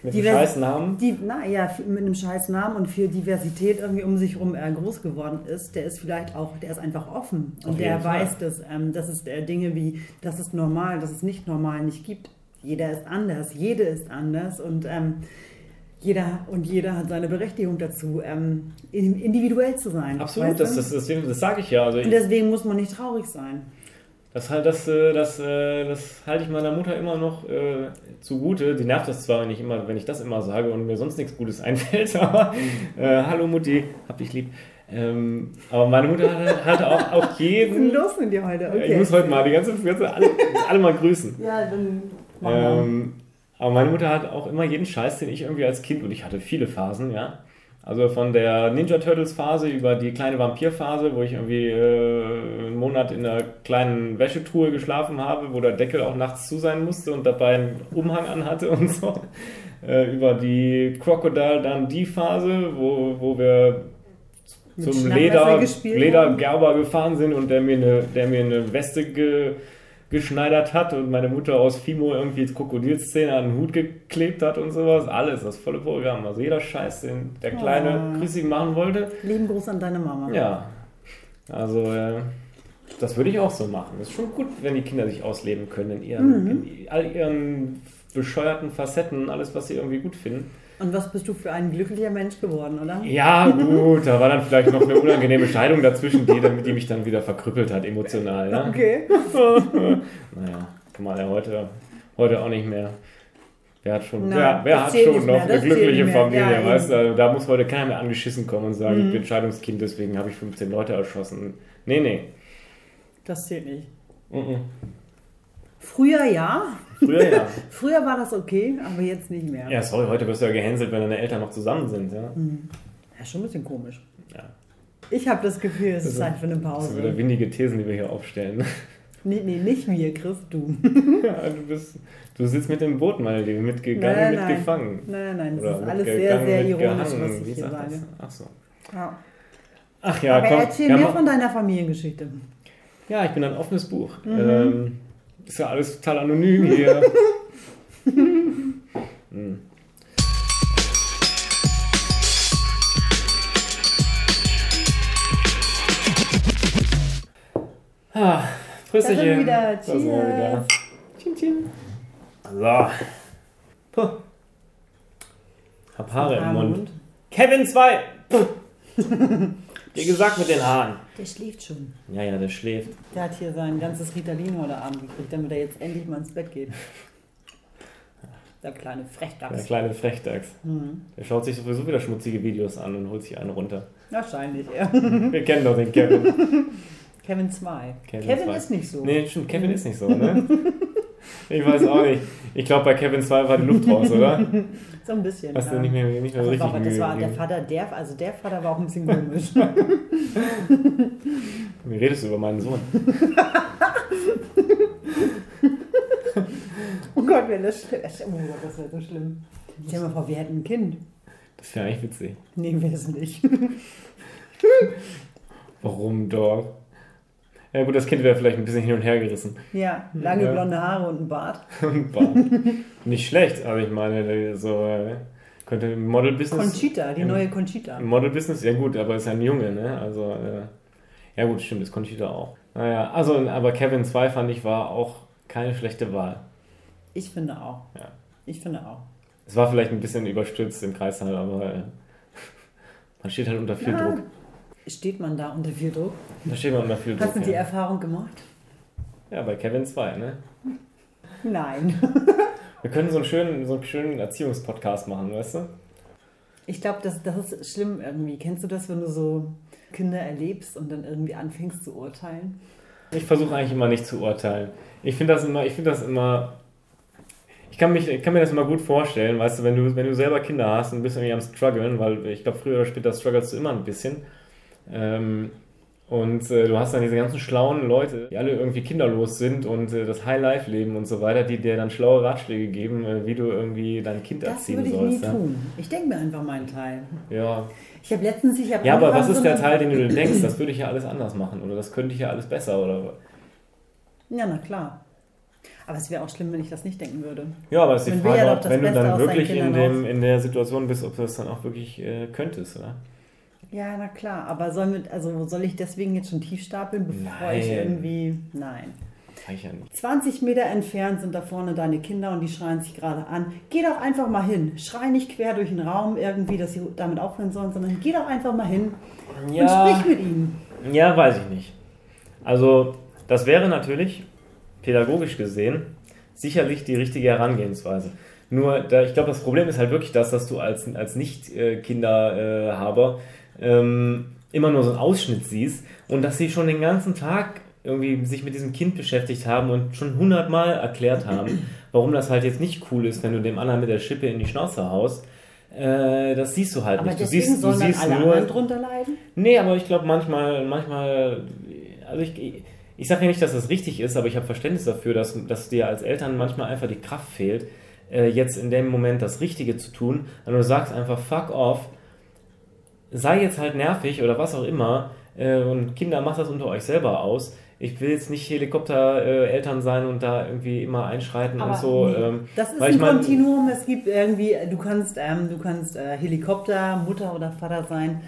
A: Mit dem
B: divers-
A: scheiß Namen.
B: die, na ja, viel- mit einem scheiß Namen und viel Diversität irgendwie um sich rum äh, groß geworden ist, der ist vielleicht auch, der ist einfach offen und
A: Auf jeden
B: der
A: Fall.
B: weiß, dass, ähm, dass es äh, Dinge wie, das ist normal, dass es nicht normal nicht gibt. Jeder ist anders, jede ist anders und ähm, jeder und jeder hat seine Berechtigung dazu, ähm, in- individuell zu sein.
A: Absolut,
B: weißt du?
A: das, das, das, das sage ich ja. Also ich,
B: Und deswegen muss man nicht traurig sein.
A: Das, halt- das, äh, das, äh, das halte ich meiner Mutter immer noch äh, zugute. Die nervt das zwar, wenn ich, immer, wenn ich das immer sage und mir sonst nichts Gutes einfällt, aber äh, hallo Mutti, hab dich lieb. Ähm, aber meine Mutter hatte, hatte auch auf
B: Was ist denn
A: jeden.
B: los mit dir heute?
A: Ich muss heute mal die ganze, ganze alle, alle mal grüßen.
B: ja, dann machen wir.
A: Ähm, aber meine Mutter hat auch immer jeden Scheiß, den ich irgendwie als Kind, und ich hatte viele Phasen, ja. Also von der Ninja Turtles Phase über die kleine Vampir-Phase, wo ich irgendwie äh, einen Monat in einer kleinen Wäschetruhe geschlafen habe, wo der Deckel auch nachts zu sein musste und dabei einen Umhang anhatte und so. Äh, über die Crocodile dann die Phase, wo, wo wir
B: Mit
A: zum
B: Schnappmesser
A: Leder,
B: gespielt haben.
A: Ledergerber gefahren sind und der mir eine, der mir eine Weste ge, geschneidert hat und meine Mutter aus Fimo irgendwie Krokodilszene an den Hut geklebt hat und sowas. Alles, das volle Programm. Also jeder Scheiß, den der kleine
B: Ah.
A: Chrissy machen wollte.
B: Lieben Gruß an deine Mama.
A: Ja. Also, äh, das würde ich auch so machen. Ist schon gut, wenn die Kinder sich ausleben können in ihren, in all ihren bescheuerten Facetten, alles, was sie irgendwie gut finden.
B: Und was bist du für ein glücklicher Mensch geworden, oder?
A: Ja, gut, da war dann vielleicht noch eine unangenehme Scheidung dazwischen, die, dann- die mich dann wieder verkrüppelt hat, emotional. ne? Ja?
B: Okay.
A: Naja, kann man ja heute, heute auch nicht mehr. Wer hat schon,
B: Nein,
A: wer, wer
B: das
A: hat
B: zählt
A: schon
B: nicht mehr,
A: noch eine
B: das zählt
A: glückliche
B: nicht mehr.
A: Familie,
B: Ja, Mhm.
A: weißt du? Also Da muss heute keiner mehr angeschissen kommen und sagen, ich bin Scheidungskind, deswegen habe ich 15 Leute erschossen. Nee, nee.
B: Das zählt nicht.
A: Mhm.
B: Früher ja.
A: Früher ja.
B: Früher war das okay, aber jetzt nicht mehr.
A: Ja,
B: Mhm.
A: sorry, heute wirst du ja gehänselt, wenn deine Eltern noch zusammen sind, ja.
B: Ja, schon ein bisschen komisch.
A: ja.
B: Ich habe das Gefühl, es ist
A: Also,
B: Zeit für eine
A: Das sind wieder
B: Pause.
A: windige Thesen, die wir hier aufstellen.
B: Nee, nee, nicht wir, Chris, du.
A: Ja, du, bist, du sitzt mit dem Boot, meine Liebe, mitgegangen,
B: Nein, nein.
A: mitgefangen.
B: Nein, nein, das
A: Oder
B: ist alles sehr,
A: mitgegangen,
B: sehr ironisch,
A: mitgehangen.
B: was
A: Wie
B: ich hier
A: sagt
B: sage.
A: das? Ach so.
B: Ja.
A: Ach ja,
B: Aber
A: komm.
B: erzähl
A: ja,
B: mir
A: mach-
B: von deiner Familiengeschichte.
A: ja, ich bin ein offenes Buch. Ähm, ist ja alles total anonym hier. Hm.
B: Da
A: Ah,
B: sind wir
A: Prüsselchen.
B: wieder.
A: Da sind wir wieder.
B: Cheers.
A: Chin, chin. So. Puh. Hab Haare im Mund. Kevin 2! Dir gesagt mit den Haaren.
B: Der schläft schon.
A: Ja, ja, der schläft.
B: Der hat hier sein ganzes Ritalin heute Abend gekriegt, damit er jetzt endlich mal ins Bett geht. Der kleine
A: Der
B: Frechdachs.
A: kleine Frechdachs.
B: Mhm.
A: Der schaut sich sowieso wieder schmutzige Videos an und holt sich einen runter.
B: Wahrscheinlich, ja.
A: Wir kennen doch den Kevin.
B: Kevin 2.
A: Kevin
B: Kevin,
A: zwei.
B: ist nicht so.
A: Nee, stimmt, Kevin ist nicht so, ne? Ich weiß auch nicht. Ich glaube, bei Kevin 2 war die Luft raus, oder?
B: So ein bisschen.
A: Hast du
B: ja.
A: nicht mehr, nicht mehr
B: Also,
A: richtig
B: aber das
A: Mühe
B: war der
A: gegeben.
B: Vater, der, also der Vater war auch ein bisschen komisch.
A: Wie redest du über meinen Sohn?
B: oh Gott, wäre das schlimm. Oh Gott, das wäre so schlimm. Stell dir mal vor, wir hätten ein Kind.
A: Das wäre eigentlich witzig.
B: Nee, wir es nicht.
A: Warum doch? Ja gut, das Kind wäre vielleicht ein bisschen hin und her gerissen.
B: Ja, lange
A: Ja.
B: blonde Haare und ein Bart.
A: Boah. Nicht schlecht, aber ich meine, so äh, könnte im Model-Business.
B: Conchita, die
A: im-
B: neue Conchita.
A: Im Model-Business, ja gut, aber ist ja ein Junge, ne? Also, äh, ja gut, stimmt, ist Conchita auch. Naja, also, aber Kevin 2 fand ich war auch keine schlechte Wahl.
B: Ich finde auch.
A: Ja.
B: Ich finde auch.
A: Es war vielleicht ein bisschen überstürzt im Kreißsaal, aber äh, man steht halt unter viel
B: Ja.
A: Druck.
B: Steht man da unter viel Druck?
A: Da steht man unter viel
B: Hast du
A: Druck.
B: die
A: Ja.
B: Erfahrung gemacht?
A: ja, bei Kevin 2, ne?
B: Nein.
A: Wir können so einen schönen, so einen schönen Erziehungspodcast machen, weißt du?
B: Ich glaube, das, das ist schlimm irgendwie. Kennst du das, wenn du so Kinder erlebst und dann irgendwie anfängst zu urteilen?
A: Ich versuche eigentlich immer nicht zu urteilen. Ich finde das immer, ich finde das immer. Ich kann, mich, ich kann mir das immer gut vorstellen, weißt du, wenn du, wenn du selber Kinder hast und bist irgendwie am struggeln, weil ich glaube, früher oder später strugglest du immer ein bisschen. Ähm, und äh, du hast dann diese ganzen schlauen Leute, die alle irgendwie kinderlos sind und äh, das High-Life leben und so weiter, die dir dann schlaue Ratschläge geben, äh, wie du irgendwie dein Kind
B: Das
A: erziehen
B: würde ich nie
A: sollst.
B: tun. Ich denke mir einfach meinen Teil.
A: ja. ja.
B: Ich habe letztens, ich habe
A: ja, aber was ist der Teil, den du dir denkst? Das würde ich ja alles anders machen oder das könnte ich ja alles besser oder.
B: Ja, na klar. Aber es wäre auch schlimm, wenn ich das nicht denken würde.
A: Ja, aber es ist die
B: Man will ja
A: Frage,
B: doch
A: ob,
B: das
A: wenn du
B: Beste
A: dann
B: aus seinen
A: wirklich in,
B: Kindern
A: dem, in der Situation bist, ob du das dann auch wirklich äh, könntest, oder?
B: Ja, na klar. Aber soll, mit, also soll ich deswegen jetzt schon tief stapeln, bevor ich
A: Nein.
B: irgendwie. Nein.
A: Sag ich ja nicht.
B: 20 Meter entfernt sind da vorne deine Kinder und die schreien sich gerade an. Geh doch einfach mal hin. Schrei nicht quer durch den Raum irgendwie, dass sie damit aufhören sollen, sondern geh doch einfach mal hin und sprich mit ihnen.
A: ja, weiß ich nicht. Also, das wäre natürlich, pädagogisch gesehen, sicherlich die richtige Herangehensweise. Nur, da, ich glaube, das Problem ist halt wirklich das, dass du als, als Nicht-Kinderhaber ähm, immer nur so einen Ausschnitt siehst und dass sie schon den ganzen Tag irgendwie sich mit diesem Kind beschäftigt haben und schon hundertmal erklärt haben, warum das halt jetzt nicht cool ist, wenn du dem anderen mit der Schippe in die Schnauze haust. Äh, das siehst du halt
B: Aber
A: nicht. Du
B: deswegen
A: siehst, du
B: sollen dann
A: siehst
B: alle
A: nur,
B: anderen drunter leiden?
A: Nee, aber ich glaube manchmal, manchmal, also ich, ich sage ja nicht, dass das richtig ist, aber ich habe Verständnis dafür, dass, dass dir als Eltern manchmal einfach die Kraft fehlt, äh, jetzt in dem Moment das Richtige zu tun. Und du sagst einfach, fuck off, sei jetzt halt nervig oder was auch immer. Äh, und Kinder, macht das unter euch selber aus. Ich will jetzt nicht Helikopter-Eltern äh, Eltern sein und da irgendwie immer einschreiten
B: Aber
A: und so.
B: nee.
A: ähm,
B: das ist
A: weil
B: ein
A: ich mein-
B: Kontinuum. Es gibt irgendwie, du kannst, ähm, du kannst äh, Helikopter, Mutter oder Vater sein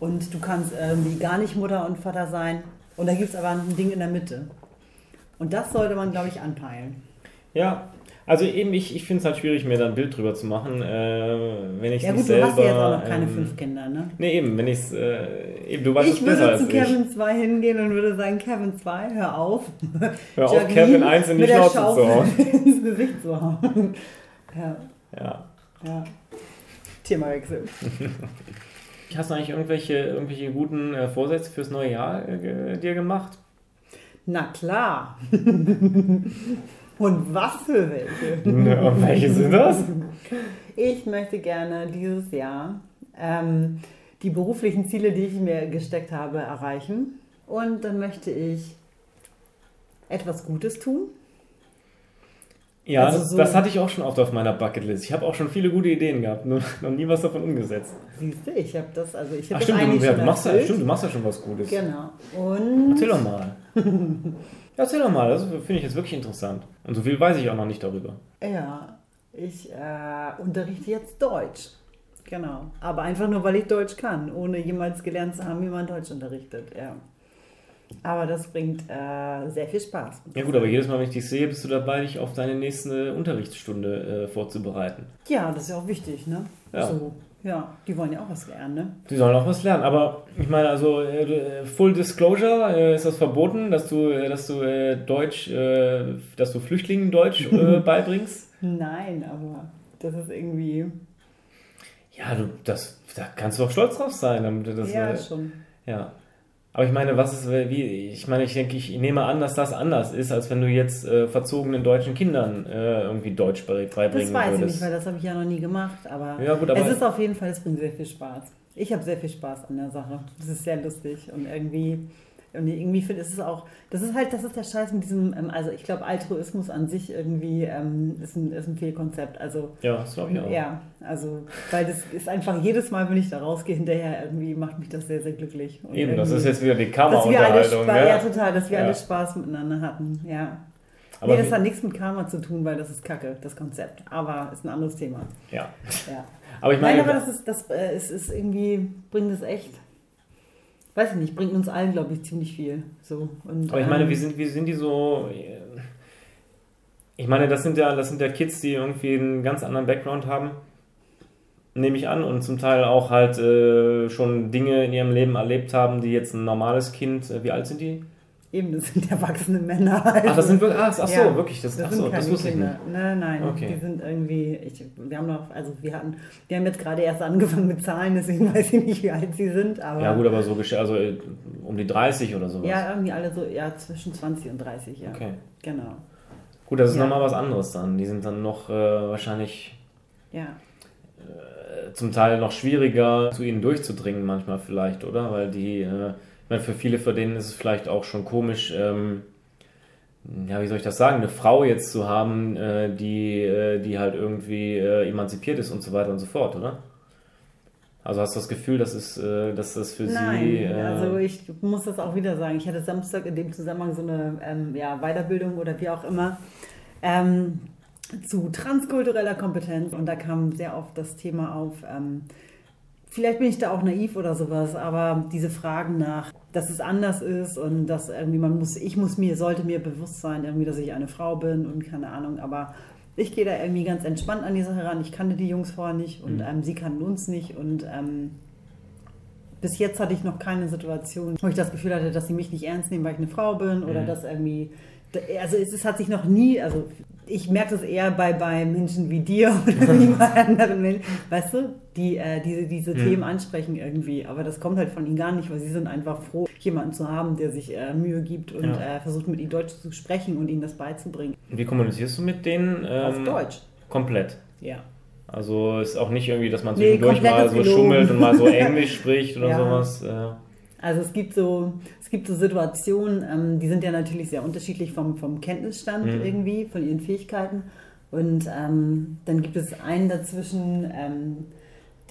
B: und du kannst irgendwie gar nicht Mutter und Vater sein. Und da gibt es aber ein Ding in der Mitte. Und das sollte man, glaube ich, anpeilen.
A: Ja, also eben, ich, ich finde es halt schwierig, mir da ein Bild drüber zu machen, äh, wenn ich
B: Ja
A: nicht
B: gut, du
A: selber...
B: hast ja jetzt auch noch keine
A: ähm,
B: fünf Kinder, ne?
A: Nee, eben, wenn ich es... Äh, eben, du weißt es
B: ich würde
A: besser
B: zu
A: als ich.
B: Kevin 2 hingehen und würde sagen, Kevin 2, hör auf.
A: Hör auf,
B: Jacqueline
A: Kevin 1 in die
B: mit der
A: Schnauze zu
B: Schaufel
A: hauen.
B: ins Gesicht zu hauen. Ja,
A: Ja.
B: ja. Themawechsel.
A: Hast du eigentlich irgendwelche, irgendwelche guten äh, Vorsätze fürs neue Jahr äh, ge- dir gemacht?
B: Na klar. und was für welche.
A: Nö, und welche sind das?
B: Ich möchte gerne dieses Jahr ähm, die beruflichen Ziele, die ich mir gesteckt habe, erreichen. Und dann möchte ich etwas Gutes tun.
A: Ja,
B: Also
A: das,
B: so-
A: das hatte ich auch schon oft auf meiner Bucketlist. Ich habe auch schon viele gute Ideen gehabt, nur noch nie was davon umgesetzt.
B: Siehst du, ich habe das, also ich habe
A: Ach
B: das
A: stimmt du,
B: eigentlich
A: ja,
B: schon
A: du machst ja,
B: erfüllt.
A: stimmt, du machst ja schon was Gutes.
B: Genau. Und
A: Erzähl doch mal. ja, erzähl doch mal, das finde ich jetzt wirklich interessant. Und so viel weiß ich auch noch nicht darüber.
B: Ja, ich äh, unterrichte jetzt Deutsch. Genau. Aber einfach nur, weil ich Deutsch kann, ohne jemals gelernt zu haben, wie man Deutsch unterrichtet. Ja. Aber das bringt äh, sehr viel Spaß.
A: Ja gut, aber jedes Mal, wenn ich dich sehe, bist du dabei, dich auf deine nächste Unterrichtsstunde äh, vorzubereiten.
B: Ja, das ist ja auch wichtig, ne?
A: Ja.
B: So, ja, die wollen ja auch was lernen, ne?
A: Die sollen auch was lernen, aber ich meine, also äh, Full Disclosure, äh, ist das verboten, dass du, äh, dass du äh, Deutsch, äh, dass du Flüchtlingen Deutsch äh, beibringst?
B: Nein, aber das ist irgendwie.
A: Ja, du, das, da kannst du auch stolz drauf sein. Damit du das,
B: ja,
A: äh,
B: schon.
A: ja. Aber ich meine, was ist, äh, wie, ich meine, ich denke, ich nehme an, dass das anders ist, als wenn du jetzt äh, verzogenen deutschen Kindern äh, irgendwie Deutsch be-
B: Das
A: beibringen
B: weiß ich
A: würdest.
B: nicht, weil das habe ich ja noch nie gemacht. Aber,
A: Ja, gut, aber-
B: es ist auf jeden Fall, es bringt sehr viel Spaß. Ich habe sehr viel Spaß an der Sache. Das ist sehr lustig und irgendwie, und irgendwie finde ich es ist auch, das ist halt, das ist der Scheiß mit diesem, ähm, also ich glaube, Altruismus an sich irgendwie ähm, ist, ein, ist ein Fehlkonzept. Also
A: ja, das glaube ich auch.
B: ja, also, weil das ist einfach jedes Mal, wenn ich da rausgehe, hinterher irgendwie macht mich das sehr, sehr glücklich. Und
A: Eben, das
B: irgendwie-
A: ist jetzt wieder die
B: dass wir alle Spaß,
A: Kammerunterhaltung.
B: ja.
A: Ne?
B: total, dass wir
A: Ja.
B: alle Spaß miteinander hatten, ja.
A: Aber
B: nee, das
A: wie-
B: hat nichts mit Karma zu tun, weil das ist Kacke, das Konzept. Aber ist ein anderes Thema.
A: Ja.
B: Ja.
A: Aber ich meine,
B: Nein, aber das ist, das äh, es ist irgendwie, bringt es echt, weiß ich nicht, bringt uns allen, glaube ich, ziemlich viel. So. Und,
A: Aber ich meine,
B: ähm,
A: wie sind, wie sind die so. äh, Ich meine, das sind ja, das sind ja Kids, die irgendwie einen ganz anderen Background haben, nehme ich an, und zum Teil auch halt äh, schon Dinge in ihrem Leben erlebt haben, die jetzt ein normales Kind, äh, wie alt sind die?
B: Eben, das sind erwachsene Männer. Also,
A: Ach, das sind wirklich, ach, ach so,
B: ja,
A: wirklich, das,
B: das
A: ach
B: sind
A: so,
B: keine
A: das wusste ich
B: Kinder.
A: nicht.
B: Nein, nein,
A: Okay.
B: die sind irgendwie, ich, wir haben noch, also wir hatten, wir haben jetzt gerade erst angefangen mit Zahlen, deswegen weiß ich nicht, wie alt sie sind, aber
A: Ja, gut, aber so, gesch- also äh, um die 30 oder sowas.
B: ja, irgendwie alle so, ja, zwischen 20 und 30, ja.
A: Okay.
B: Genau.
A: Gut, das ist
B: Ja.
A: nochmal was anderes dann. Die sind dann noch äh, wahrscheinlich
B: Ja.
A: zum Teil noch schwieriger zu ihnen durchzudringen manchmal vielleicht, oder? Weil die, äh, ich meine, für viele von denen ist es vielleicht auch schon komisch, ähm, ja, wie soll ich das sagen, eine Frau jetzt zu haben, äh, die, äh, die halt irgendwie äh, emanzipiert ist und so weiter und so fort, oder? Also hast du das Gefühl, dass, es, äh, dass das für
B: Nein,
A: sie... Äh,
B: also ich muss das auch wieder sagen. Ich hatte Samstag in dem Zusammenhang so eine ähm, ja, Weiterbildung oder wie auch immer ähm, zu transkultureller Kompetenz und da kam sehr oft das Thema auf. Ähm, vielleicht bin ich da auch naiv oder sowas, aber diese Fragen nach, dass es anders ist und dass irgendwie man muss, ich muss mir, sollte mir bewusst sein, irgendwie, dass ich eine Frau bin und keine Ahnung, aber ich gehe da irgendwie ganz entspannt an die Sache ran. Ich kannte die Jungs vorher nicht und
A: Mhm.
B: ähm, sie kannten uns nicht und ähm, bis jetzt hatte ich noch keine Situation, wo ich das Gefühl hatte, dass sie mich nicht ernst nehmen, weil ich eine Frau bin oder
A: Mhm.
B: dass irgendwie. Also es, es hat sich noch nie, also ich merke das eher bei, bei Menschen wie dir oder wie bei anderen Menschen, weißt du, die äh, diese, diese
A: Mhm.
B: Themen ansprechen irgendwie. Aber das kommt halt von ihnen gar nicht, weil sie sind einfach froh, jemanden zu haben, der sich äh, Mühe gibt und
A: Ja.
B: äh, versucht mit ihnen Deutsch zu sprechen und ihnen das beizubringen.
A: wie kommunizierst du mit denen?
B: Auf
A: Ähm,
B: Deutsch.
A: Komplett.
B: Ja.
A: Also ist auch nicht irgendwie, dass man
B: Nee,
A: zwischendurch
B: komplett
A: mal
B: ist
A: so
B: gelogen.
A: schummelt und mal so Englisch spricht oder
B: Ja.
A: sowas. Äh,
B: Also es gibt so, es gibt so Situationen, ähm, die sind ja natürlich sehr unterschiedlich vom, vom Kenntnisstand irgendwie, von ihren Fähigkeiten. Und ähm, dann gibt es einen dazwischen, ähm,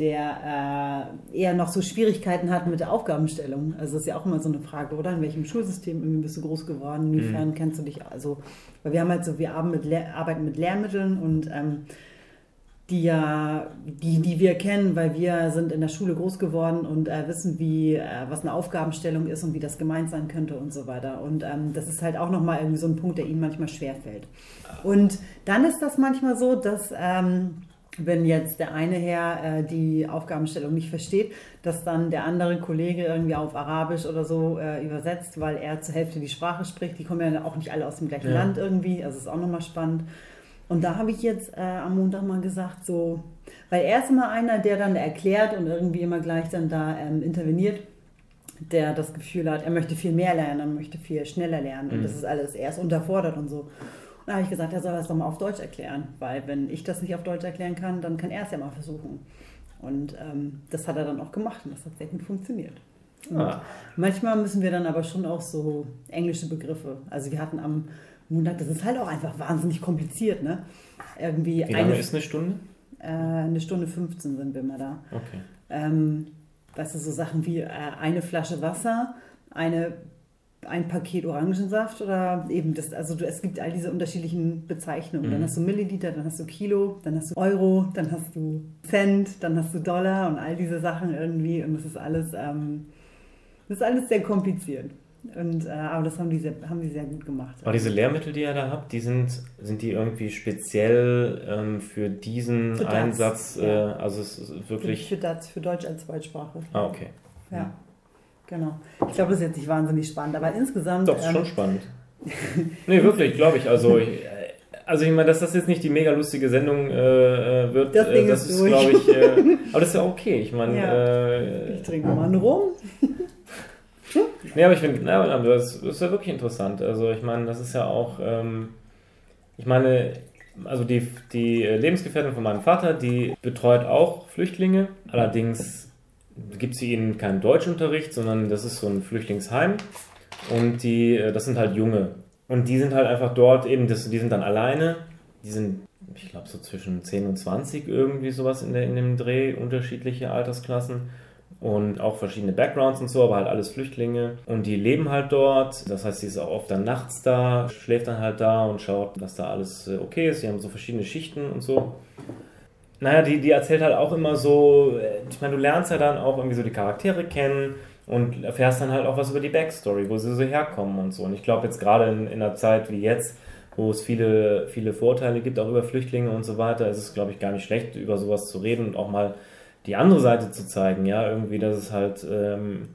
B: der äh, eher noch so Schwierigkeiten hat mit der Aufgabenstellung. Also das ist ja auch immer so eine Frage, oder? In welchem Schulsystem irgendwie bist du groß geworden? Inwiefern kennst du dich? Also, weil wir haben halt so, wir arbeiten mit, Lehr arbeiten mit Lehrmitteln und ähm, die ja, die, die wir kennen, weil wir sind in der Schule groß geworden und äh, wissen, wie, äh, was eine Aufgabenstellung ist und wie das gemeint sein könnte und so weiter. Und ähm, das ist halt auch nochmal irgendwie so ein Punkt, der ihnen manchmal schwerfällt. Und dann ist das manchmal so, dass ähm, wenn jetzt der eine Herr äh, die Aufgabenstellung nicht versteht, dass dann der andere Kollege irgendwie auf Arabisch oder so äh, übersetzt, weil er zur Hälfte die Sprache spricht. Die kommen ja auch nicht alle aus dem gleichen
A: Ja.
B: Land irgendwie, also ist auch nochmal spannend. Und da habe ich jetzt äh, am Montag mal gesagt, so, weil er ist immer einer, der dann erklärt und irgendwie immer gleich dann da ähm, interveniert, der das Gefühl hat, er möchte viel mehr lernen, er möchte viel schneller lernen und das ist alles, er ist unterfordert und so. Und da habe ich gesagt, er soll das doch mal auf Deutsch erklären, weil wenn ich das nicht auf Deutsch erklären kann, dann kann er es ja mal versuchen. Und ähm, das hat er dann auch gemacht und das hat sehr gut funktioniert.
A: Ah,
B: Manchmal müssen wir dann aber schon auch so englische Begriffe. Also wir hatten am Montag, das ist halt auch einfach wahnsinnig kompliziert, ne? Irgendwie
A: wie
B: eine,
A: lange ist eine Stunde?
B: äh, eine Stunde 15 sind wir mal da.
A: Okay.
B: Ähm, weißt du, so Sachen wie äh, eine Flasche Wasser, eine, ein Paket Orangensaft oder eben das, also du, es gibt all diese unterschiedlichen Bezeichnungen.
A: Mhm.
B: Dann hast du Milliliter, dann hast du Kilo, dann hast du Euro, dann hast du Cent, dann hast du Dollar und all diese Sachen irgendwie und das ist alles, ähm, das ist alles sehr kompliziert. Und, äh, aber das haben die sehr, haben die sehr gut gemacht.
A: Aber diese Lehrmittel, die ihr da habt, die sind, sind die irgendwie speziell ähm, für diesen
B: Für das,
A: Einsatz? Äh,
B: ja.
A: also es ist
B: Für,
A: wirklich.
B: für, das, für Deutsch als Zweitsprache.
A: Ah, okay.
B: Ja, genau. Ich glaube, das ist jetzt nicht wahnsinnig spannend, aber insgesamt. ähm,
A: Doch, ist schon spannend. nee, wirklich, glaube ich. Also ich, äh, also ich meine, dass das jetzt nicht die mega lustige Sendung äh, äh, wird,
B: Das Ding
A: äh, das
B: ist
A: ist,
B: durch.
A: glaube ich. Äh, aber das ist ja okay. Ich meine,
B: Ja.
A: äh,
B: ich trinke mal einen Rum.
A: Nee, aber ich finde, na, aber das, das ist ja wirklich interessant. Also ich meine, das ist ja auch, ähm, ich meine, also die, die Lebensgefährtin von meinem Vater, die betreut auch Flüchtlinge. Allerdings gibt sie ihnen keinen Deutschunterricht, sondern das ist so ein Flüchtlingsheim. Und die, äh, das sind halt Junge. Und die sind halt einfach dort eben, das, die sind dann alleine. Die sind, ich glaube, so zwischen 10 und 20 irgendwie sowas in, der, in dem Dreh, unterschiedliche Altersklassen und auch verschiedene Backgrounds und so, aber halt alles Flüchtlinge. Und die leben halt dort. Das heißt, sie ist auch oft dann nachts da, schläft dann halt da und schaut, dass da alles äh, okay ist. Die haben so verschiedene Schichten und so. Naja, die, die erzählt halt auch immer so, äh, ich meine, du lernst ja dann auch irgendwie so die Charaktere kennen und erfährst dann halt auch was über die Backstory, wo sie so herkommen und so. Und ich glaube jetzt gerade in, in einer Zeit wie jetzt, wo es viele, viele Vorurteile gibt, auch über Flüchtlinge und so weiter, ist es, glaube ich, gar nicht schlecht, über sowas zu reden und auch mal die andere Seite zu zeigen, ja, irgendwie, dass es halt ähm,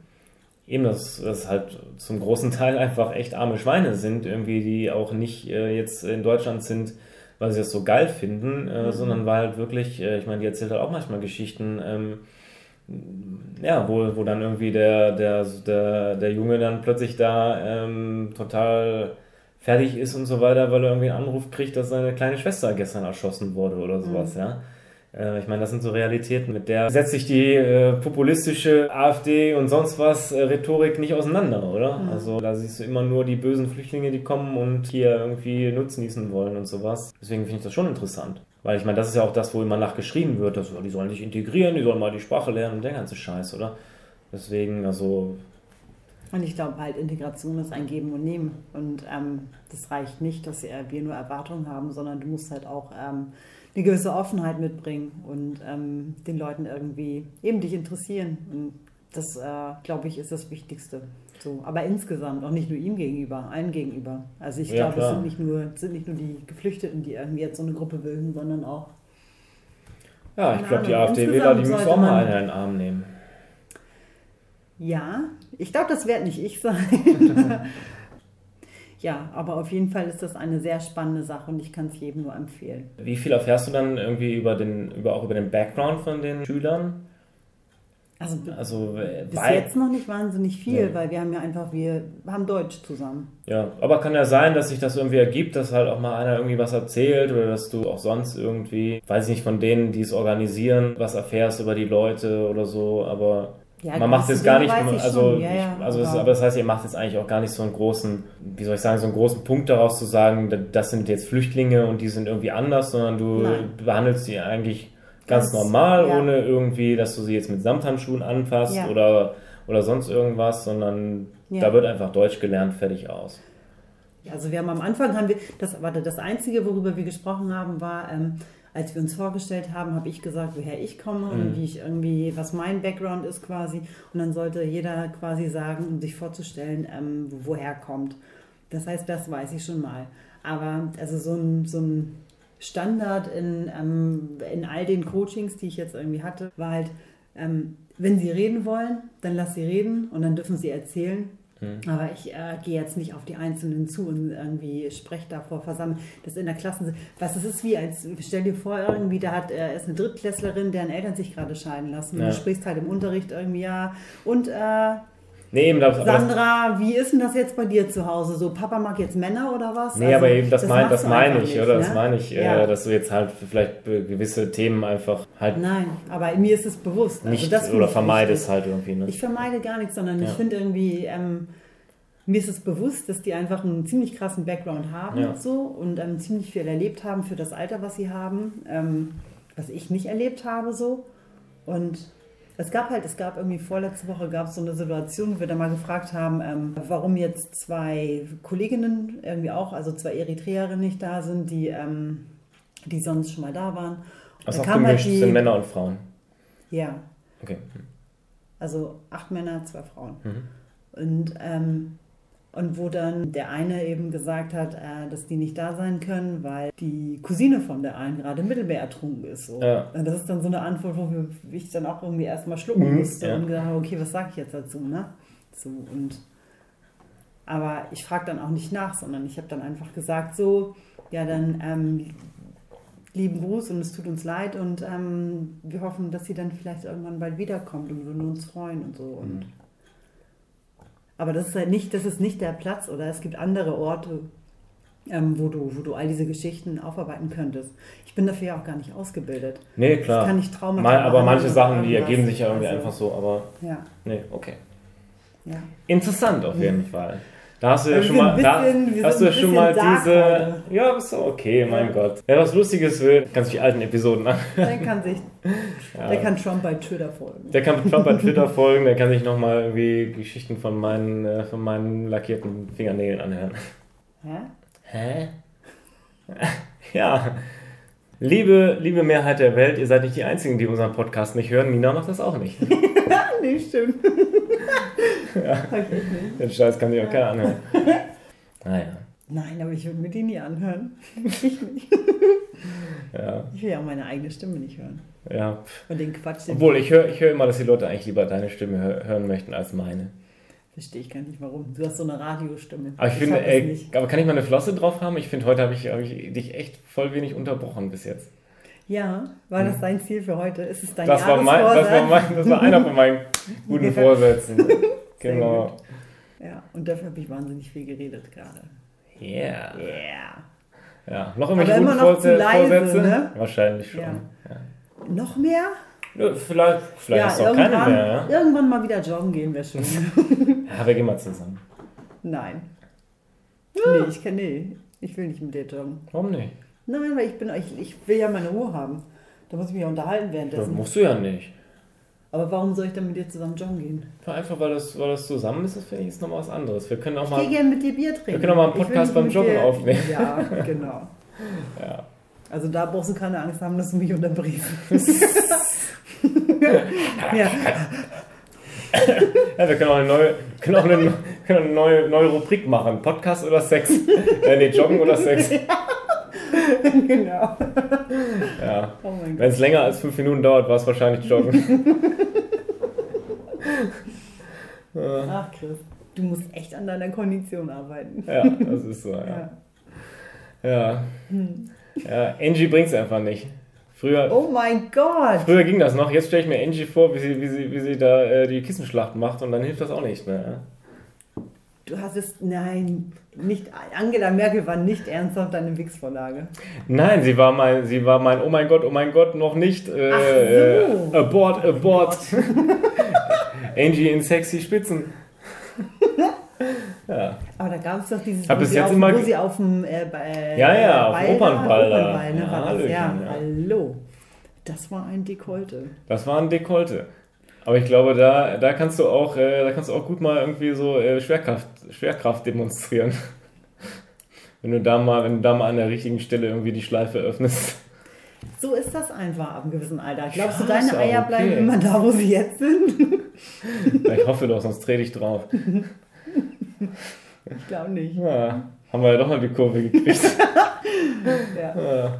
A: eben, dass, dass es halt zum großen Teil einfach echt arme Schweine sind, irgendwie, die auch nicht äh, jetzt in Deutschland sind, weil sie es so geil finden, äh, sondern weil halt wirklich, äh, ich meine, die erzählt halt auch manchmal Geschichten, ähm, ja, wo, wo dann irgendwie der, der, der, der Junge dann plötzlich da ähm, total fertig ist und so weiter, weil er irgendwie einen Anruf kriegt, dass seine kleine Schwester gestern erschossen wurde oder sowas, ja. Äh, Ich meine, das sind so Realitäten, mit der setzt sich die äh, populistische AfD und sonst was äh, Rhetorik nicht auseinander, oder?
B: Mhm.
A: Also da siehst du immer nur die bösen Flüchtlinge, die kommen und hier irgendwie Nutznießen wollen und sowas. Deswegen finde ich das schon interessant. Weil ich meine, das ist ja auch das, wo immer nachgeschrieben wird, dass oh, die sollen sich integrieren, die sollen mal die Sprache lernen und der ganze Scheiß, oder? Deswegen, also,
B: Und ich glaube halt, Integration ist ein Geben und Nehmen. Und ähm, das reicht nicht, dass äh, wir nur Erwartungen haben, sondern du musst halt auch ähm, eine gewisse Offenheit mitbringen und ähm, den Leuten irgendwie eben dich interessieren. Und das, äh, glaube ich, ist das Wichtigste. So, aber insgesamt, auch nicht nur ihm gegenüber, allen gegenüber. Also ich
A: Ja,
B: glaube, es
A: klar.
B: sind nicht, nur, es sind nicht nur die Geflüchteten, die irgendwie jetzt so eine Gruppe bilden, sondern auch
A: ja, ich
B: Keine
A: glaube, die
B: Ahnung,
A: AfD-Wähler,
B: insgesamt
A: die müssen
B: sollte
A: auch mal
B: man-
A: einen in den Arm nehmen.
B: Ja, ich glaube, das werde nicht ich sein. ja, aber auf jeden Fall ist das eine sehr spannende Sache und ich kann es jedem nur empfehlen.
A: Wie viel erfährst du dann irgendwie über den, über auch über den Background von den Schülern?
B: Also b-
A: Also äh,
B: bis
A: wei-
B: jetzt noch nicht wahnsinnig viel,
A: Nee.
B: weil wir haben ja einfach, wir haben Deutsch zusammen.
A: Ja, aber kann ja sein, dass sich das irgendwie ergibt, dass halt auch mal einer irgendwie was erzählt oder dass du auch sonst irgendwie, weiß ich nicht, von denen, die es organisieren, was erfährst über die Leute oder so, aber
B: Ja,
A: man macht
B: gewisse
A: jetzt gar
B: Dinge
A: nicht,
B: weiß ich
A: also,
B: schon, ja, ja,
A: ich, also es,
B: aber-
A: aber das heißt, ihr macht jetzt eigentlich auch gar nicht so einen großen, wie soll ich sagen, so einen großen Punkt daraus zu sagen, da- das sind jetzt Flüchtlinge und die sind irgendwie anders, sondern du
B: Nein.
A: behandelst sie eigentlich ganz,
B: Ganz,
A: normal,
B: ja.
A: ohne irgendwie, dass du sie jetzt mit Samthandschuhen anfasst
B: Ja.
A: oder, oder sonst irgendwas, sondern
B: Ja.
A: da wird einfach Deutsch gelernt, fertig aus.
B: Ja, Also wir haben am Anfang, haben wir, das, warte, das Einzige, worüber wir gesprochen haben, war, ähm, als wir uns vorgestellt haben, habe ich gesagt, woher ich komme und wie ich irgendwie, was mein Background ist quasi. Und dann sollte jeder quasi sagen, um sich vorzustellen, ähm, wo- woher er kommt. Das heißt, das weiß ich schon mal. Aber also so ein, so ein Standard in, ähm, in all den Coachings, die ich jetzt irgendwie hatte, war halt, ähm, wenn sie reden wollen, dann lass sie reden und dann dürfen sie erzählen.
A: Hm.
B: Aber ich äh, gehe jetzt nicht auf die Einzelnen zu und irgendwie spreche da vor Versammlung. Das in der Klasse, was es ist wie, als stell dir vor, irgendwie, da hat, äh, ist eine Drittklässlerin, deren Eltern sich gerade scheiden lassen. Und
A: Ja.
B: du sprichst halt im Unterricht irgendwie, ja, und äh,
A: Nee, eben, das, aber das,
B: Sandra, wie ist denn das jetzt bei dir zu Hause? So, Papa mag jetzt Männer oder was?
A: nee,
B: Also,
A: aber eben, das, mein,
B: machst
A: das
B: du
A: meine
B: einfach
A: ich,
B: nicht,
A: oder?
B: ne?
A: Das meine ich,
B: Ja.
A: äh, dass du jetzt halt vielleicht äh, gewisse Themen einfach halt
B: Nein, aber mir ist es bewusst. Also
A: nicht
B: das finde
A: oder
B: ich
A: vermeidest
B: wichtig.
A: halt irgendwie. Ne?
B: Ich vermeide gar nichts, sondern ich
A: Ja.
B: finde irgendwie, ähm, mir ist es bewusst, dass die einfach einen ziemlich krassen Background haben
A: Ja.
B: so, und ähm, ziemlich viel erlebt haben für das Alter, was sie haben, ähm, was ich nicht erlebt habe so. Und es gab halt, es gab irgendwie vorletzte Woche gab es so eine Situation, wo wir da mal gefragt haben, ähm, warum jetzt zwei Kolleginnen irgendwie auch, also zwei Eritreerinnen nicht da sind, die, ähm, die sonst schon mal da waren.
A: Was
B: Da
A: auch
B: kam halt
A: gemischt
B: die-
A: sind Männer und Frauen.
B: Ja,
A: Okay.
B: also acht Männer, zwei Frauen. Und, ähm, und wo dann der eine eben gesagt hat, äh, dass die nicht da sein können, weil die Cousine von der einen gerade im Mittelmeer ertrunken ist. So.
A: Ja.
B: Und das ist dann so eine Antwort, wo wir- ich dann auch irgendwie erstmal schlucken
A: Mhm,
B: musste
A: ja.
B: und gedacht habe, okay, was sage ich jetzt dazu? Ne? So, und, aber ich frage dann auch nicht nach, sondern ich habe dann einfach gesagt, so, ja, dann ähm, lieben Gruß und es tut uns leid und ähm, wir hoffen, dass sie dann vielleicht irgendwann bald wiederkommt und würden uns freuen und so.
A: Mhm.
B: Und aber das ist halt nicht, das ist nicht der Platz oder es gibt andere Orte, ähm, wo, du, wo du all diese Geschichten aufarbeiten könntest. Ich bin dafür ja auch gar nicht ausgebildet.
A: Nee, klar.
B: kann ich Trauma-
A: Mal, aber manche
B: Trauma-
A: Sachen, die
B: irgendwas.
A: ergeben sich ja irgendwie
B: Also-
A: einfach so, aber
B: Ja,
A: nee, okay.
B: ja.
A: Interessant auf jeden Fall. Da hast du ja
B: Mhm. Also
A: schon
B: wir
A: mal,
B: sind
A: da,
B: ein bisschen- wir
A: hast du
B: sind
A: ja
B: ein
A: schon mal
B: bisschen dark
A: diese. Ja, ist doch okay, mein
B: Ja.
A: Gott. Wer was Lustiges will, kann sich die alten Episoden an.
B: Der kann sich, der kann Trump bei Twitter folgen.
A: Der kann Trump bei Twitter folgen, der kann sich nochmal irgendwie Geschichten von meinen, äh, von meinen lackierten Fingernägeln anhören.
B: Hä?
A: Hä? ja. Liebe, liebe Mehrheit der Welt, ihr seid nicht die Einzigen, die unseren Podcast nicht hören. Nina macht das auch nicht.
B: Nee, stimmt. Okay, nee.
A: Den Scheiß kann sich auch keiner anhören. Ah, Naja.
B: Nein, aber ich würde mir die nie anhören. Ich, nicht.
A: Ja,
B: ich will ja auch meine eigene Stimme nicht hören.
A: ja.
B: Und den Quatsch, den
A: Obwohl, ich höre ich hör immer, dass die Leute eigentlich lieber deine Stimme hö hören möchten als meine.
B: verstehe ich gar nicht warum. Du hast so eine Radiostimme.
A: Aber ich, finde,
B: hab das
A: ey,
B: nicht.
A: aber kann ich mal eine Flosse drauf haben? Ich finde, heute habe ich, hab ich dich echt voll wenig unterbrochen bis jetzt.
B: Ja, war das dein Ziel für heute? Ist es dein
A: Hm. Das war, mein, das, war
B: Jahresvorsatz?
A: mein, das war einer von meinen guten Vorsätzen. Genau.
B: Ja, und dafür habe ich wahnsinnig viel geredet gerade.
A: Yeah.
B: Yeah.
A: Ja. Noch irgendwelche
B: Aber
A: guten
B: immer noch zu
A: Vorsätze?
B: leise,
A: Vorsätze?
B: ne?
A: Wahrscheinlich schon.
B: Ja.
A: Ja.
B: Noch mehr?
A: vielleicht vielleicht hast du auch keine
B: irgendwann,
A: mehr.
B: irgendwann mal wieder joggen gehen wir schon.
A: Ja? ja, wir gehen mal zusammen.
B: Nein. Nee, ich kann nee. Ich will nicht mit dir joggen.
A: Warum nicht?
B: Nein, weil ich bin ich, ich will ja meine Ruhe haben. Da muss ich mich ja unterhalten
A: Das
B: währenddessen.
A: musst du ja nicht.
B: Aber warum soll ich dann mit dir zusammen joggen gehen?
A: Einfach weil das, weil das zusammen ist, das finde ich jetzt nochmal was anderes. Wir können auch
B: Ich gehe
A: mal.
B: gerne mit dir Bier trinken.
A: können auch mal einen
B: Ich will
A: Podcast
B: nicht
A: beim
B: mit
A: Joggen
B: dir-
A: aufnehmen.
B: Ja, genau. Also da brauchst du keine Angst haben, dass du mich unterbrichst. ja.
A: Ja, wir können auch eine neue, können auch eine, können auch eine neue, neue Rubrik machen. Podcast oder Sex? äh, nee, Joggen oder Sex?
B: genau.
A: Ja.
B: Oh mein Gott.
A: Wenn es länger als fünf Minuten dauert, war es wahrscheinlich Joggen.
B: Ach, Chris, du musst echt an deiner Kondition arbeiten.
A: Ja, das ist so. Ja.
B: Ja.
A: Ja. ja Angie bringt's einfach nicht. Früher,
B: Oh mein Gott!
A: früher ging das noch. Jetzt stelle ich mir Angie vor, wie sie, wie sie, wie sie da äh, die Kissenschlacht macht und dann hilft das auch nicht mehr.
B: Du hast es. Nein, nicht. Angela Merkel war nicht ernsthaft deine Wix-Vorlage.
A: ja. Nein, sie war mein, sie war mein, oh mein Gott, oh mein Gott, noch nicht. Äh,
B: Ach so.
A: äh, abort, abort. Angie in sexy Spitzen. ja.
B: Aber da gab es doch dieses,
A: Hab
B: wo,
A: bis
B: sie
A: jetzt
B: auf,
A: immer
B: wo
A: ge-
B: sie auf dem äh, bei,
A: Ja, ja,
B: äh,
A: auf dem
B: Ball da-
A: Opernball da.
B: Opernball, ne,
A: Ja,
B: war das,
A: Hallöchen,
B: ja.
A: ja.
B: Hallo. Das war ein Dekolte.
A: Das war ein Dekolte. Aber ich glaube, da, da kannst du auch, äh, da kannst du auch gut mal irgendwie so äh, Schwerkraft, Schwerkraft demonstrieren. wenn du da mal, wenn du da mal an der richtigen Stelle irgendwie die Schleife öffnest.
B: So ist das einfach ab einem gewissen Alter. Glaubst du,
A: Ja, ist
B: deine
A: auch
B: Eier bleiben
A: okay.
B: immer da, wo sie jetzt sind?
A: ich hoffe doch, sonst dreh dich drauf.
B: Ich glaube nicht.
A: Ja, Ah, haben wir ja doch mal die Kurve gekriegt.
B: Ja.
A: Ja.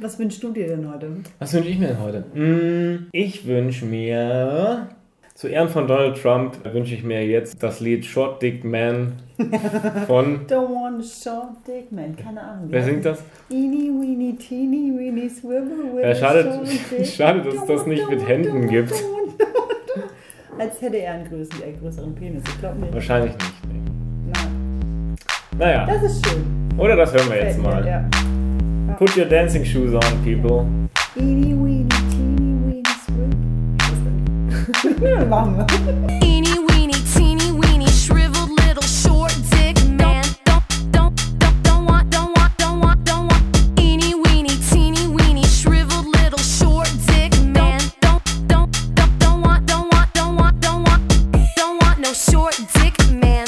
B: Was wünschst du dir denn heute?
A: Was wünsche ich mir denn heute? Mm, Ich wünsche mir. Zu Ehren von Donald Trump wünsche ich mir jetzt das Lied Short Dick Man von.
B: Don't want a short dick man. Keine Ahnung.
A: Wer singt das?
B: Eeny, weeny, teeny, weeny, swimmer,
A: Ja,
B: with
A: schade,
B: a short dick.
A: schade, dass es das nicht mit Händen gibt.
B: als hätte er einen größeren, einen größeren Penis. Ich glaube nicht.
A: Wahrscheinlich nicht. Nee.
B: Nein.
A: Naja,
B: Das ist schön.
A: oder das hören wir jetzt
B: Gefällt mir,
A: mal.
B: Ja.
A: Put your dancing shoes on, people.
B: Eeny, weeny, teeny, weeny, swoop. Machen wir.
D: Eeny weeny, teeny weeny, shriveled little short dick man. Don't, don't, don't, don't want, don't want, don't want, don't want. Eeny weeny, teeny weeny, shriveled little short dick man. Don't, don't, don't, don't want, don't want, don't want, don't want, don't want no short dick man.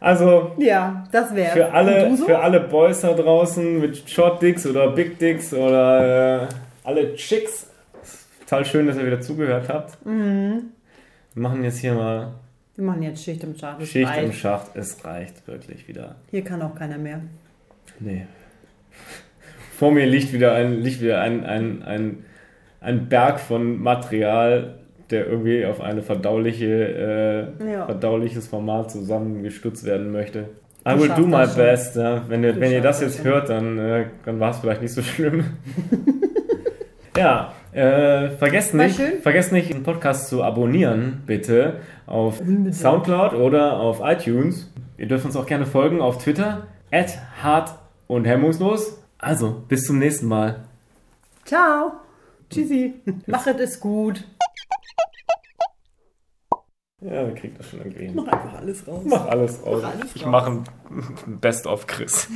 A: Also
B: Ja, das wäre
A: für alle, für alle Boys da draußen mit Short Dicks oder Big Dicks oder äh, alle Chicks. Total schön, dass ihr wieder zugehört habt. Wir machen jetzt hier mal
B: Wir machen jetzt Schicht im Schacht. es
A: Schicht im
B: reicht.
A: Schacht. Es reicht wirklich wieder.
B: Hier kann auch keiner mehr.
A: Nee. Vor mir liegt wieder ein, liegt wieder ein, ein, ein, ein Berg von Material, der irgendwie auf eine verdauliche, äh,
B: Ja.
A: verdauliches Format zusammengestutzt werden möchte. I
B: Du
A: will
B: schaffst
A: do my
B: das schon.
A: best. Ja. Wenn, ihr,
B: Du
A: wenn ihr das
B: schaffst
A: jetzt
B: das schon.
A: hört, dann, äh, dann war es vielleicht nicht so schlimm. ja, äh, vergesst
B: War
A: nicht,
B: schön.
A: vergesst nicht, den Podcast zu abonnieren, bitte, auf
B: Unbedingt.
A: Soundcloud oder auf iTunes. Ihr dürft uns auch gerne folgen auf Twitter, at hart und hemmungslos. Also, bis zum nächsten Mal.
B: Ciao. Tschüssi. Machet es gut.
A: Ja, wir kriegen das schon irgendwie hin.
B: Mach einfach alles raus.
A: Mach alles raus.
B: alles
A: Ich
B: raus.
A: mache ein Best of Chris.